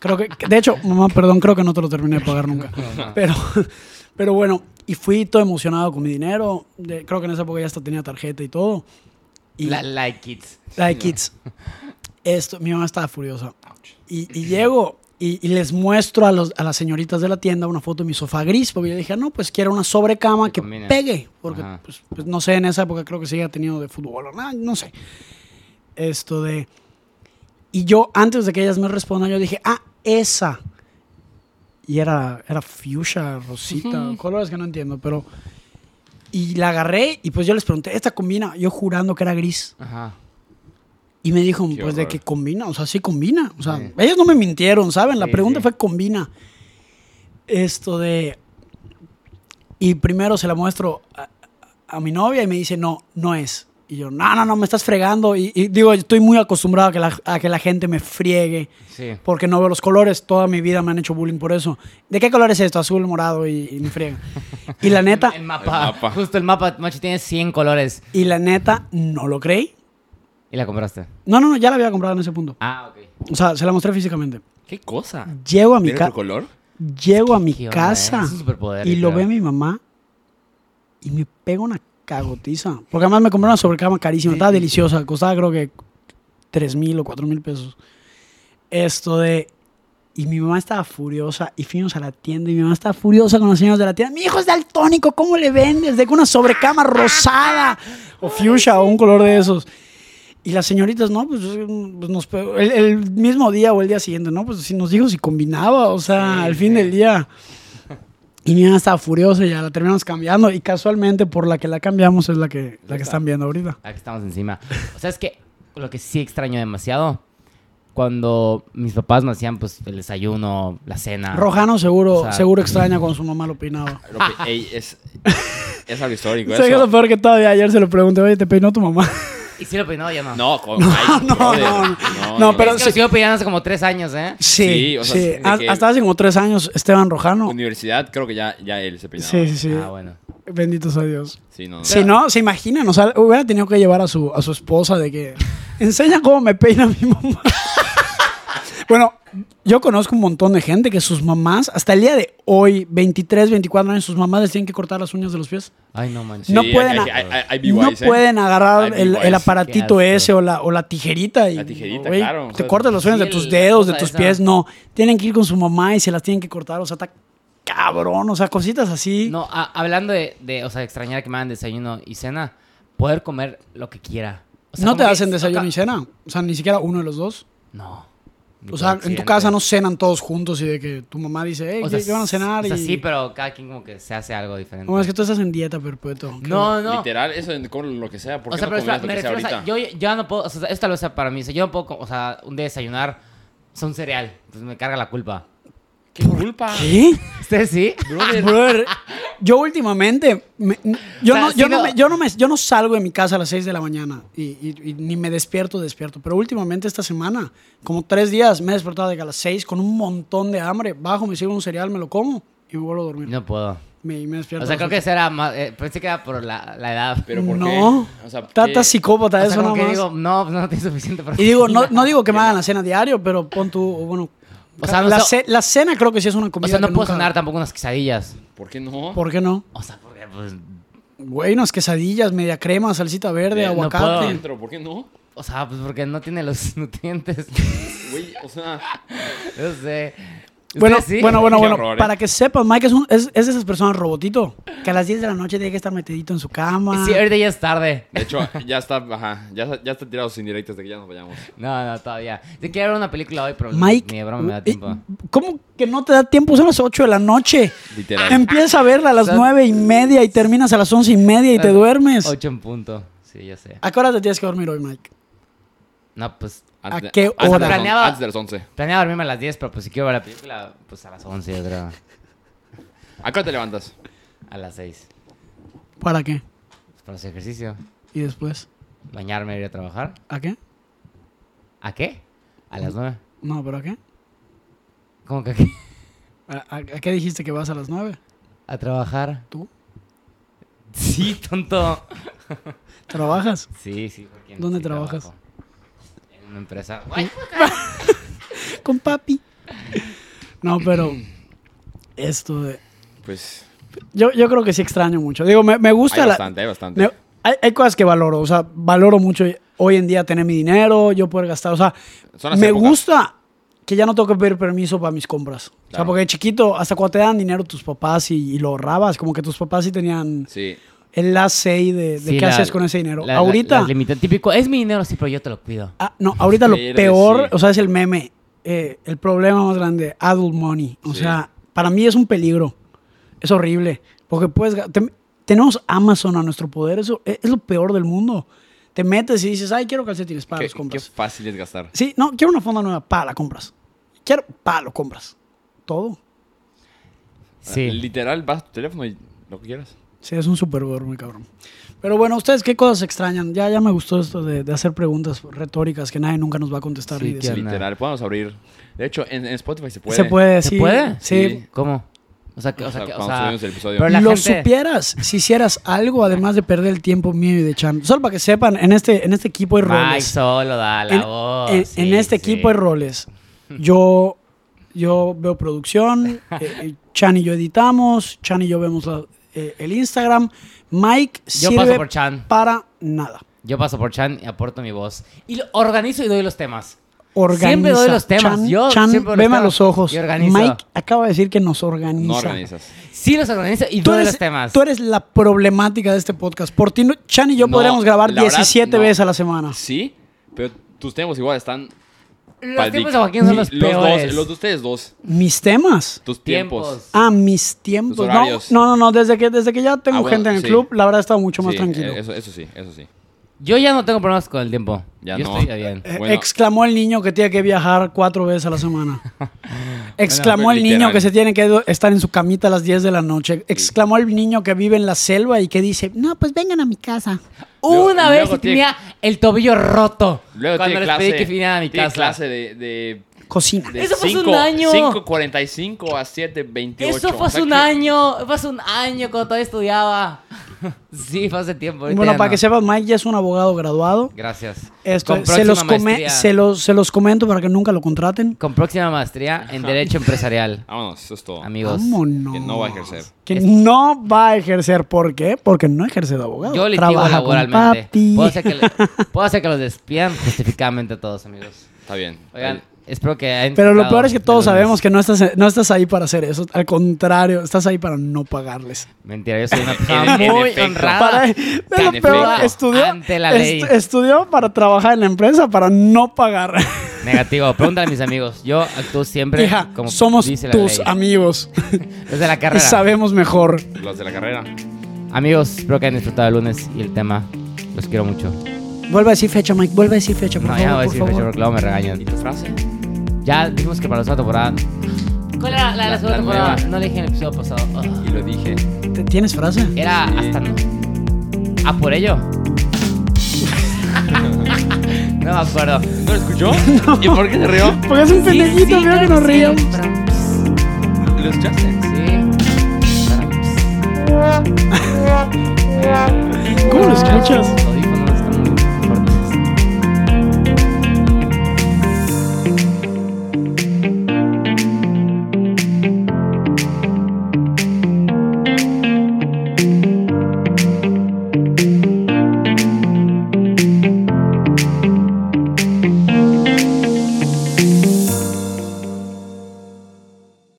[SPEAKER 1] Creo que, de hecho, mamá, perdón, creo que no te lo terminé de pagar nunca. Pero, pero bueno, y fui todo emocionado con mi dinero. De- creo que en esa época ya hasta tenía tarjeta y todo. Y
[SPEAKER 2] La, like kids.
[SPEAKER 1] la de Kids. Esto, mi mamá estaba furiosa. Y, y llego y, y les muestro a, los- a las señoritas de la tienda una foto de mi sofá gris, porque yo dije, no, pues quiero una sobrecama
[SPEAKER 2] Que
[SPEAKER 1] que
[SPEAKER 2] combine.
[SPEAKER 1] pegue, porque
[SPEAKER 2] Ajá.
[SPEAKER 1] pues, pues, no sé, en esa época creo que se había tenido de fútbol o nada, no sé. Esto de... Y yo, antes de que ellas me respondan, yo dije, ah, esa. Y era, era fuchsia, rosita, colores que no entiendo, pero... Y la agarré y pues yo les pregunté, ¿esta combina? Yo jurando que era gris.
[SPEAKER 2] Ajá.
[SPEAKER 1] Y me dijo,
[SPEAKER 3] Qué
[SPEAKER 1] pues de
[SPEAKER 3] horror.
[SPEAKER 1] que combina, o sea, sí combina. O sea,
[SPEAKER 2] Sí.
[SPEAKER 1] ellos no me mintieron, ¿saben? La
[SPEAKER 2] Sí,
[SPEAKER 1] pregunta
[SPEAKER 2] sí.
[SPEAKER 1] fue, combina. Esto de... Y primero se la muestro a, a- a mi novia y me dice, no, no es. Y yo, no, no, no, me estás fregando. Y, y digo, estoy muy acostumbrado a que, la, a que la gente me friegue
[SPEAKER 2] Sí.
[SPEAKER 1] porque no veo los colores. Toda mi vida me han hecho bullying por eso. ¿De qué color es esto? Azul, morado y, y me friegan. Y la neta...
[SPEAKER 2] El mapa.
[SPEAKER 3] El mapa.
[SPEAKER 2] Justo el mapa, macho, tiene 100 colores.
[SPEAKER 1] Y la neta, no lo creí.
[SPEAKER 2] Y la compraste.
[SPEAKER 1] No, no, no, ya la había comprado en ese punto.
[SPEAKER 2] Ah, ok.
[SPEAKER 1] O sea, se la mostré físicamente.
[SPEAKER 3] ¿Qué cosa?
[SPEAKER 1] Llego a mi
[SPEAKER 3] ¿Tiene
[SPEAKER 1] casa.
[SPEAKER 3] otro color?
[SPEAKER 1] Llego a mi
[SPEAKER 2] qué onda, eh?
[SPEAKER 1] casa
[SPEAKER 2] Es un superpoder,
[SPEAKER 1] y lo ve
[SPEAKER 2] literal.
[SPEAKER 1] mi mamá y me pega una cagotiza. Porque además me compré una sobrecama carísima, estaba deliciosa, costaba creo que 3 mil o 4 mil pesos. Esto de... Y mi mamá estaba furiosa y fuimos a la tienda y mi mamá estaba furiosa con los señores de la tienda. Mi hijo es daltónico, ¿cómo le vendes? De que una sobrecama rosada o fuchsia o un color de esos. Y las señoritas, no, pues, eh, pues, nos, pe- el, el mismo día o el día siguiente, ¿no? Pues si nos dijo si combinaba, o sea,
[SPEAKER 2] Sí,
[SPEAKER 1] al fin
[SPEAKER 2] sí.
[SPEAKER 1] del día. Y mi mamá estaba furiosa y ya la terminamos cambiando. Y casualmente por la que la cambiamos es la que, la que están viendo ahorita.
[SPEAKER 2] Aquí estamos encima. O sea, es que lo que sí extraño demasiado, cuando mis papás me hacían pues el desayuno, la cena.
[SPEAKER 1] Rojano seguro,
[SPEAKER 2] Ah. O sea-
[SPEAKER 1] seguro extraña cuando su mamá lo peinaba.
[SPEAKER 3] Lo que- ey, es, es algo histórico
[SPEAKER 1] ¿Sabes qué es lo
[SPEAKER 3] eso.
[SPEAKER 1] peor que todavía ayer se lo pregunté? Oye, ¿te peinó tu mamá?
[SPEAKER 2] Y si lo peinaba ya no.
[SPEAKER 3] No, con- ay,
[SPEAKER 1] no,
[SPEAKER 3] brother.
[SPEAKER 1] no, no, pero-
[SPEAKER 2] Es que lo sigo peinando hace como tres años, ¿eh?
[SPEAKER 1] Sí,
[SPEAKER 3] Sí, o sea,
[SPEAKER 1] sí.
[SPEAKER 3] de
[SPEAKER 1] Ha-
[SPEAKER 3] que-
[SPEAKER 1] Hasta hace como tres años, Esteban Rojano.
[SPEAKER 3] Universidad, creo que ya, ya él se peinaba.
[SPEAKER 1] Sí, sí, sí.
[SPEAKER 2] Ah, bueno.
[SPEAKER 1] Bendito sea Dios.
[SPEAKER 3] Sí, no, no.
[SPEAKER 1] Si no, se imaginan, o sea, hubiera tenido que llevar a su, a su esposa de que enseña cómo me peina mi mamá. bueno, yo conozco un montón de gente que sus mamás, hasta el día de hoy, 23, 24 años, sus mamás les tienen que cortar las uñas de los pies.
[SPEAKER 2] Ay, no manches.
[SPEAKER 3] Sí,
[SPEAKER 1] no
[SPEAKER 3] hay-
[SPEAKER 1] pueden
[SPEAKER 3] hay-
[SPEAKER 1] a-
[SPEAKER 3] hay- hay- hay
[SPEAKER 1] No
[SPEAKER 3] BYs, ¿eh?
[SPEAKER 1] pueden agarrar
[SPEAKER 3] Hay
[SPEAKER 1] el, el
[SPEAKER 3] BYs.
[SPEAKER 1] aparatito
[SPEAKER 2] Qué asco.
[SPEAKER 1] ese o la, o la tijerita. Y,
[SPEAKER 3] La tijerita,
[SPEAKER 1] güey,
[SPEAKER 3] claro, o
[SPEAKER 1] Te
[SPEAKER 3] sea,
[SPEAKER 1] cortas las uñas
[SPEAKER 2] sí,
[SPEAKER 1] de tus
[SPEAKER 2] la
[SPEAKER 1] dedos, de
[SPEAKER 2] cosa
[SPEAKER 1] tus
[SPEAKER 2] esa.
[SPEAKER 1] pies. No, tienen que ir con su mamá y se las tienen que cortar. O sea, está cabrón. O sea, cositas así.
[SPEAKER 2] No, a- hablando de, de, o sea, extrañar que me hagan desayuno y cena, poder comer lo que quiera. O sea,
[SPEAKER 1] no
[SPEAKER 2] como
[SPEAKER 1] te
[SPEAKER 2] que-
[SPEAKER 1] hacen desayuno
[SPEAKER 2] acá-
[SPEAKER 1] y cena. O sea, ni siquiera uno de los dos.
[SPEAKER 2] No. Ni
[SPEAKER 1] O
[SPEAKER 2] por
[SPEAKER 1] sea, en tu
[SPEAKER 2] accidente.
[SPEAKER 1] casa no cenan todos juntos y de que tu mamá dice, hey,
[SPEAKER 2] O sea,
[SPEAKER 1] ¿qué van a cenar?
[SPEAKER 2] O sea,
[SPEAKER 1] y...
[SPEAKER 2] sí, pero cada quien como que se hace algo diferente.
[SPEAKER 1] Bueno, es que tú estás en dieta perpetua. creo.
[SPEAKER 2] No, no.
[SPEAKER 3] Literal, eso de comer lo que sea. ¿Por
[SPEAKER 2] O
[SPEAKER 3] qué
[SPEAKER 2] sea,
[SPEAKER 3] no
[SPEAKER 2] pero espera,
[SPEAKER 3] comías lo
[SPEAKER 2] me
[SPEAKER 3] que sea
[SPEAKER 2] refiero, o sea,
[SPEAKER 3] ahorita?
[SPEAKER 2] yo yo no puedo, o sea, esto lo sea para mí, o sea, yo no puedo, co- o sea, un día desayunar, o sea, un cereal, entonces me carga la culpa.
[SPEAKER 3] ¿Qué culpa?
[SPEAKER 1] ¿Qué?
[SPEAKER 2] ¿Ustedes sí?
[SPEAKER 1] Brother, yo últimamente, me- yo,
[SPEAKER 2] O sea,
[SPEAKER 1] no,
[SPEAKER 2] sí
[SPEAKER 1] yo, no,
[SPEAKER 2] lo-
[SPEAKER 1] me- yo, no me- yo no salgo de mi casa a las 6 de la mañana y, y- y ni me despierto, despierto. Pero últimamente esta semana, como tres días, me he despertado de que a las 6 con un montón de hambre. Bajo, me sirvo un cereal, me lo como y me vuelvo a dormir.
[SPEAKER 2] No puedo.
[SPEAKER 1] Me, me despierto.
[SPEAKER 2] O
[SPEAKER 1] a
[SPEAKER 2] sea,
[SPEAKER 1] las
[SPEAKER 2] creo que
[SPEAKER 1] ocho.
[SPEAKER 2] esa era más, eh, pensé que era por la, la edad.
[SPEAKER 3] ¿Pero por
[SPEAKER 1] No,
[SPEAKER 3] qué? O sea,
[SPEAKER 1] Está-
[SPEAKER 3] ¿qué?
[SPEAKER 1] está psicópata
[SPEAKER 2] o sea,
[SPEAKER 1] eso
[SPEAKER 2] como
[SPEAKER 1] nada
[SPEAKER 2] que
[SPEAKER 1] más.
[SPEAKER 2] digo, no, pues, no tiene suficiente para
[SPEAKER 1] Y digo, no, no digo que me hagan la cena diario, pero pon tu, o bueno,
[SPEAKER 2] O sea, no
[SPEAKER 1] la,
[SPEAKER 2] sé-
[SPEAKER 1] ce- la cena creo que sí es una
[SPEAKER 2] O
[SPEAKER 1] comida
[SPEAKER 2] sea, no
[SPEAKER 1] que
[SPEAKER 2] puedo
[SPEAKER 1] nunca-
[SPEAKER 2] cenar tampoco unas quesadillas.
[SPEAKER 3] ¿Por qué no?
[SPEAKER 1] ¿Por qué no?
[SPEAKER 2] O sea, porque pues,
[SPEAKER 1] Güey, unas quesadillas, media crema, salsita verde,
[SPEAKER 3] Eh, no
[SPEAKER 2] puedo.
[SPEAKER 1] aguacate.
[SPEAKER 3] Dentro, ¿Por qué no?
[SPEAKER 2] o sea, pues porque no tiene los nutrientes.
[SPEAKER 3] Güey, o sea,
[SPEAKER 2] No sé.
[SPEAKER 1] Bueno,
[SPEAKER 2] sí?
[SPEAKER 1] bueno, bueno,
[SPEAKER 3] Qué
[SPEAKER 1] bueno.
[SPEAKER 3] horror, ¿eh?
[SPEAKER 1] Para que sepas, Mike es, un- es, es de esas personas robotito. Que a las 10 de la noche tiene que estar metidito en su cama.
[SPEAKER 2] Sí, ahorita ya es tarde.
[SPEAKER 3] De hecho, ya está, ajá, ya, está- ya está tirado sin directas de que ya nos vayamos.
[SPEAKER 2] No, no, todavía. Te quiero ver una película hoy, pero
[SPEAKER 1] Mike.
[SPEAKER 2] ni de broma me da
[SPEAKER 1] eh,
[SPEAKER 2] tiempo.
[SPEAKER 1] ¿Cómo que no te da tiempo? Son las 8 de la noche.
[SPEAKER 3] Literal.
[SPEAKER 2] Em,
[SPEAKER 1] Empieza a verla a las
[SPEAKER 2] Son-
[SPEAKER 1] 9 y media y terminas a las 11 y media y te
[SPEAKER 2] Son
[SPEAKER 1] duermes.
[SPEAKER 2] Ocho en punto. Sí, ya sé.
[SPEAKER 1] ¿A qué hora te tienes que dormir hoy, Mike?
[SPEAKER 2] No, pues
[SPEAKER 3] Antes de-
[SPEAKER 1] qué
[SPEAKER 3] antes de las
[SPEAKER 1] hora?
[SPEAKER 3] on-
[SPEAKER 2] Planeaba-
[SPEAKER 3] Antes de las 11.
[SPEAKER 2] planeaba dormirme a las 10, pero pues si quiero ver la película, pues a las 11, yo creo.
[SPEAKER 3] ¿A qué hora te levantas?
[SPEAKER 2] A las 6.
[SPEAKER 1] ¿Para qué?
[SPEAKER 2] Pues para hacer ejercicio.
[SPEAKER 1] ¿Y después?
[SPEAKER 2] Bañarme, ir a trabajar.
[SPEAKER 1] ¿A qué?
[SPEAKER 2] ¿A qué? A las 9.
[SPEAKER 1] No, pero ¿a qué?
[SPEAKER 2] ¿Cómo que a qué?
[SPEAKER 1] ¿A, a- a qué dijiste que vas a las 9?
[SPEAKER 2] A trabajar.
[SPEAKER 1] ¿Tú?
[SPEAKER 2] Sí, tonto.
[SPEAKER 1] ¿Trabajas?
[SPEAKER 2] Sí, sí. porque
[SPEAKER 1] ¿Dónde
[SPEAKER 2] sí
[SPEAKER 1] trabajas?
[SPEAKER 2] trabajo. En una empresa. Ay,
[SPEAKER 1] Con papi. No, pero. Esto de.
[SPEAKER 3] Pues
[SPEAKER 1] Yo, yo creo que sí extraño mucho. Digo, me, me gusta
[SPEAKER 3] hay
[SPEAKER 1] la.
[SPEAKER 3] bastante, hay bastante.
[SPEAKER 1] me- hay, hay cosas que valoro. O sea, valoro mucho hoy en día tener mi dinero, yo poder gastar. O sea,
[SPEAKER 3] Son las
[SPEAKER 1] me
[SPEAKER 3] épocas.
[SPEAKER 1] gusta que ya no tengo que pedir permiso para mis compras. O sea,
[SPEAKER 3] Claro.
[SPEAKER 1] porque de chiquito, hasta cuando te dan dinero tus papás y, y lo ahorrabas, como que tus papás sí tenían
[SPEAKER 3] Sí.
[SPEAKER 1] enlace ahí de, de
[SPEAKER 2] sí,
[SPEAKER 1] qué
[SPEAKER 2] la-
[SPEAKER 1] haces con ese dinero.
[SPEAKER 2] la- la-
[SPEAKER 1] ahorita.
[SPEAKER 2] las limita- típico, es mi dinero, sí, pero yo te lo cuido.
[SPEAKER 1] Ah, no, ahorita lo
[SPEAKER 3] Verde,
[SPEAKER 1] peor,
[SPEAKER 3] sí.
[SPEAKER 1] o sea, es el meme. eh, el problema más grande, adult money. O
[SPEAKER 3] Sí.
[SPEAKER 1] sea, para mí es un peligro. Es horrible. Porque puedes. ga- te- tenemos Amazon a nuestro poder. Eso e- es, lo peor del mundo. Te metes y dices, ay, quiero calcetines para
[SPEAKER 3] Qué,
[SPEAKER 1] los
[SPEAKER 3] qué
[SPEAKER 1] compras.
[SPEAKER 3] fácil es gastar.
[SPEAKER 1] Sí, no, quiero una fonda nueva para la compras. Quiero para lo compras. Todo.
[SPEAKER 2] Sí.
[SPEAKER 3] Literal, vas a tu teléfono y lo que quieras.
[SPEAKER 1] Sí, es un super muy cabrón. Pero bueno, ¿ustedes qué cosas extrañan? Ya, ya me gustó esto de, de hacer preguntas retóricas que nadie nunca nos va a contestar.
[SPEAKER 2] Sí,
[SPEAKER 1] ni
[SPEAKER 2] qué
[SPEAKER 1] decir.
[SPEAKER 2] onda.
[SPEAKER 3] Literal, podemos abrir. De hecho, en, en Spotify se puede.
[SPEAKER 1] Se puede,
[SPEAKER 2] ¿Se
[SPEAKER 1] sí.
[SPEAKER 2] puede?
[SPEAKER 1] sí.
[SPEAKER 3] Sí.
[SPEAKER 2] ¿Cómo? O sea, que, o
[SPEAKER 3] O sea,
[SPEAKER 2] sea, que, o
[SPEAKER 3] cuando
[SPEAKER 2] sea,
[SPEAKER 3] subimos el episodio.
[SPEAKER 2] pero la
[SPEAKER 1] lo
[SPEAKER 2] gente-
[SPEAKER 1] supieras si hicieras algo además de perder el tiempo mío y de Chan. Solo para que sepan, en este, en este equipo hay
[SPEAKER 2] Mike
[SPEAKER 1] roles.
[SPEAKER 2] solo da la
[SPEAKER 1] en,
[SPEAKER 2] voz.
[SPEAKER 1] en- en
[SPEAKER 2] sí,
[SPEAKER 1] este
[SPEAKER 2] sí.
[SPEAKER 1] equipo hay roles. Yo, yo veo producción, eh, eh, Chan y yo editamos, Chan y yo vemos la- eh, el Instagram. Mike
[SPEAKER 2] Yo
[SPEAKER 1] sirve
[SPEAKER 2] paso por Chan.
[SPEAKER 1] para nada.
[SPEAKER 2] Yo paso por Chan y aporto mi voz. Y lo- organizo y doy los temas.
[SPEAKER 1] Organiza.
[SPEAKER 2] Siempre doy los temas,
[SPEAKER 1] Chan,
[SPEAKER 2] yo
[SPEAKER 1] Chan,
[SPEAKER 2] siempre los
[SPEAKER 1] veme a
[SPEAKER 2] temas
[SPEAKER 1] los ojos.
[SPEAKER 2] y organizo.
[SPEAKER 1] Mike acaba de decir que nos organiza.
[SPEAKER 3] No organizas.
[SPEAKER 2] Sí los organizo y
[SPEAKER 1] Tú
[SPEAKER 2] doy
[SPEAKER 1] eres,
[SPEAKER 2] los temas.
[SPEAKER 1] tú eres la problemática de este podcast. Por ti, no- Chan y yo
[SPEAKER 3] No,
[SPEAKER 1] podríamos grabar
[SPEAKER 3] la verdad,
[SPEAKER 1] 17
[SPEAKER 3] no.
[SPEAKER 1] veces a la semana.
[SPEAKER 3] Sí, pero tus temas igual están.
[SPEAKER 2] los
[SPEAKER 3] pal
[SPEAKER 2] tiempos
[SPEAKER 3] dick.
[SPEAKER 2] de Joaquín son los
[SPEAKER 3] Los dos,
[SPEAKER 2] peores.
[SPEAKER 3] los de ustedes dos.
[SPEAKER 1] Mis temas.
[SPEAKER 3] Tus
[SPEAKER 2] Tiempos.
[SPEAKER 3] tiempos.
[SPEAKER 1] Ah, mis tiempos.
[SPEAKER 3] Tus
[SPEAKER 1] No,
[SPEAKER 3] horarios.
[SPEAKER 1] no, no, no, Desde que, desde que ya tengo
[SPEAKER 3] Ah, bueno,
[SPEAKER 1] gente en el
[SPEAKER 3] sí.
[SPEAKER 1] club, la verdad he estado mucho más
[SPEAKER 3] Sí,
[SPEAKER 1] tranquilo.
[SPEAKER 3] eh, Eso, eso sí, eso sí.
[SPEAKER 2] Yo ya no tengo problemas con el tiempo.
[SPEAKER 3] Ya
[SPEAKER 2] Yo
[SPEAKER 3] no.
[SPEAKER 2] estoy ya bien.
[SPEAKER 1] Eh,
[SPEAKER 3] bueno.
[SPEAKER 1] Exclamó el niño que tiene que viajar cuatro veces a la semana. Exclamó
[SPEAKER 3] Bueno,
[SPEAKER 1] el
[SPEAKER 3] literal.
[SPEAKER 1] niño que se tiene que do- estar en su camita a las 10 de la noche. Exclamó el niño que vive en la selva y que dice, no, pues vengan a mi casa.
[SPEAKER 2] Una
[SPEAKER 3] Luego-
[SPEAKER 2] vez
[SPEAKER 3] luego tiene-
[SPEAKER 2] tenía el tobillo roto.
[SPEAKER 3] Luego
[SPEAKER 2] cuando les
[SPEAKER 3] tiene clase,
[SPEAKER 2] pedí que vinieran a mi
[SPEAKER 3] tiene
[SPEAKER 2] casa.
[SPEAKER 3] clase de, de,
[SPEAKER 1] Cocina.
[SPEAKER 3] de
[SPEAKER 2] Eso fue hace un
[SPEAKER 3] cinco-
[SPEAKER 2] año.
[SPEAKER 3] 5.45 a 7.28.
[SPEAKER 2] Eso fue hace
[SPEAKER 3] O sea
[SPEAKER 2] un
[SPEAKER 3] que-
[SPEAKER 2] año. Fue hace un año cuando todavía estudiaba. sí, fue hace tiempo. ahorita
[SPEAKER 1] Bueno,
[SPEAKER 2] ya
[SPEAKER 1] para
[SPEAKER 2] no.
[SPEAKER 1] que sepas, Mike ya es un abogado graduado.
[SPEAKER 2] Gracias.
[SPEAKER 1] Esto,
[SPEAKER 2] Con
[SPEAKER 1] se, los
[SPEAKER 2] próxima
[SPEAKER 1] come-
[SPEAKER 2] maestría-
[SPEAKER 1] se, los, se los comento para que nunca lo contraten.
[SPEAKER 2] Con próxima maestría en Derecho Empresarial,
[SPEAKER 3] Vámonos, eso es todo.
[SPEAKER 2] amigos.
[SPEAKER 1] Vámonos.
[SPEAKER 3] Que no va a ejercer.
[SPEAKER 1] Que no va a ejercer. ¿Por qué? Porque no ejerce de abogado.
[SPEAKER 2] Yo litigo
[SPEAKER 1] Trabaja con
[SPEAKER 2] laboralmente.
[SPEAKER 1] papi.
[SPEAKER 2] Puedo hacer, que le- puedo hacer que los despidan justificadamente a todos, amigos.
[SPEAKER 3] Está bien. está
[SPEAKER 2] Oigan,
[SPEAKER 3] bien.
[SPEAKER 2] espero que hayan
[SPEAKER 1] Pero lo
[SPEAKER 2] disfrutado
[SPEAKER 1] peor es que
[SPEAKER 2] de
[SPEAKER 1] todos
[SPEAKER 2] lunes.
[SPEAKER 1] sabemos que no estás, no estás ahí para hacer eso. Al contrario, estás ahí para no pagarles.
[SPEAKER 2] Mentira, yo soy una
[SPEAKER 3] En-
[SPEAKER 2] persona
[SPEAKER 3] en
[SPEAKER 2] muy
[SPEAKER 3] efecto.
[SPEAKER 2] honrada.
[SPEAKER 1] Para, es lo
[SPEAKER 3] en
[SPEAKER 1] peor.
[SPEAKER 3] efecto.
[SPEAKER 1] Estudió,
[SPEAKER 2] Ah, Ante la ley.
[SPEAKER 1] est- estudió para trabajar en la empresa, para no pagar.
[SPEAKER 2] Negativo, pregúntale a mis amigos. Yo actúo siempre
[SPEAKER 1] Hija,
[SPEAKER 2] como
[SPEAKER 1] somos
[SPEAKER 2] dice la
[SPEAKER 1] tus
[SPEAKER 2] ley.
[SPEAKER 1] amigos
[SPEAKER 2] Desde la
[SPEAKER 1] y
[SPEAKER 2] carrera.
[SPEAKER 1] sabemos mejor.
[SPEAKER 3] Los de la carrera.
[SPEAKER 2] Amigos, espero que hayan disfrutado el lunes y el tema. Los quiero mucho.
[SPEAKER 1] Vuelve a decir fecha, Mike. Vuelve a decir fecha, por
[SPEAKER 2] No,
[SPEAKER 1] favor.
[SPEAKER 2] ya no voy a
[SPEAKER 1] por
[SPEAKER 2] decir
[SPEAKER 1] favor.
[SPEAKER 2] fecha porque luego me regañan.
[SPEAKER 3] ¿Y tu frase?
[SPEAKER 2] Ya dijimos que para la segunda temporada. ¿Cuál era la de la
[SPEAKER 3] La-
[SPEAKER 2] segunda
[SPEAKER 3] la
[SPEAKER 2] temporada?
[SPEAKER 3] nueva.
[SPEAKER 2] No le dije en el episodio pasado. Ugh.
[SPEAKER 3] Y lo dije.
[SPEAKER 1] ¿Te- ¿Tienes frase?
[SPEAKER 2] Era hasta no. Ah, por ello. no me acuerdo.
[SPEAKER 3] ¿No lo escuchó? ¿Y por qué se rió?
[SPEAKER 1] Porque es un
[SPEAKER 2] Sí,
[SPEAKER 1] pendejito,
[SPEAKER 2] sí,
[SPEAKER 1] mira que nos
[SPEAKER 2] sí,
[SPEAKER 1] ríamos.
[SPEAKER 3] ¿Lo escuchaste?
[SPEAKER 2] Sí.
[SPEAKER 1] ¿Cómo lo escuchas?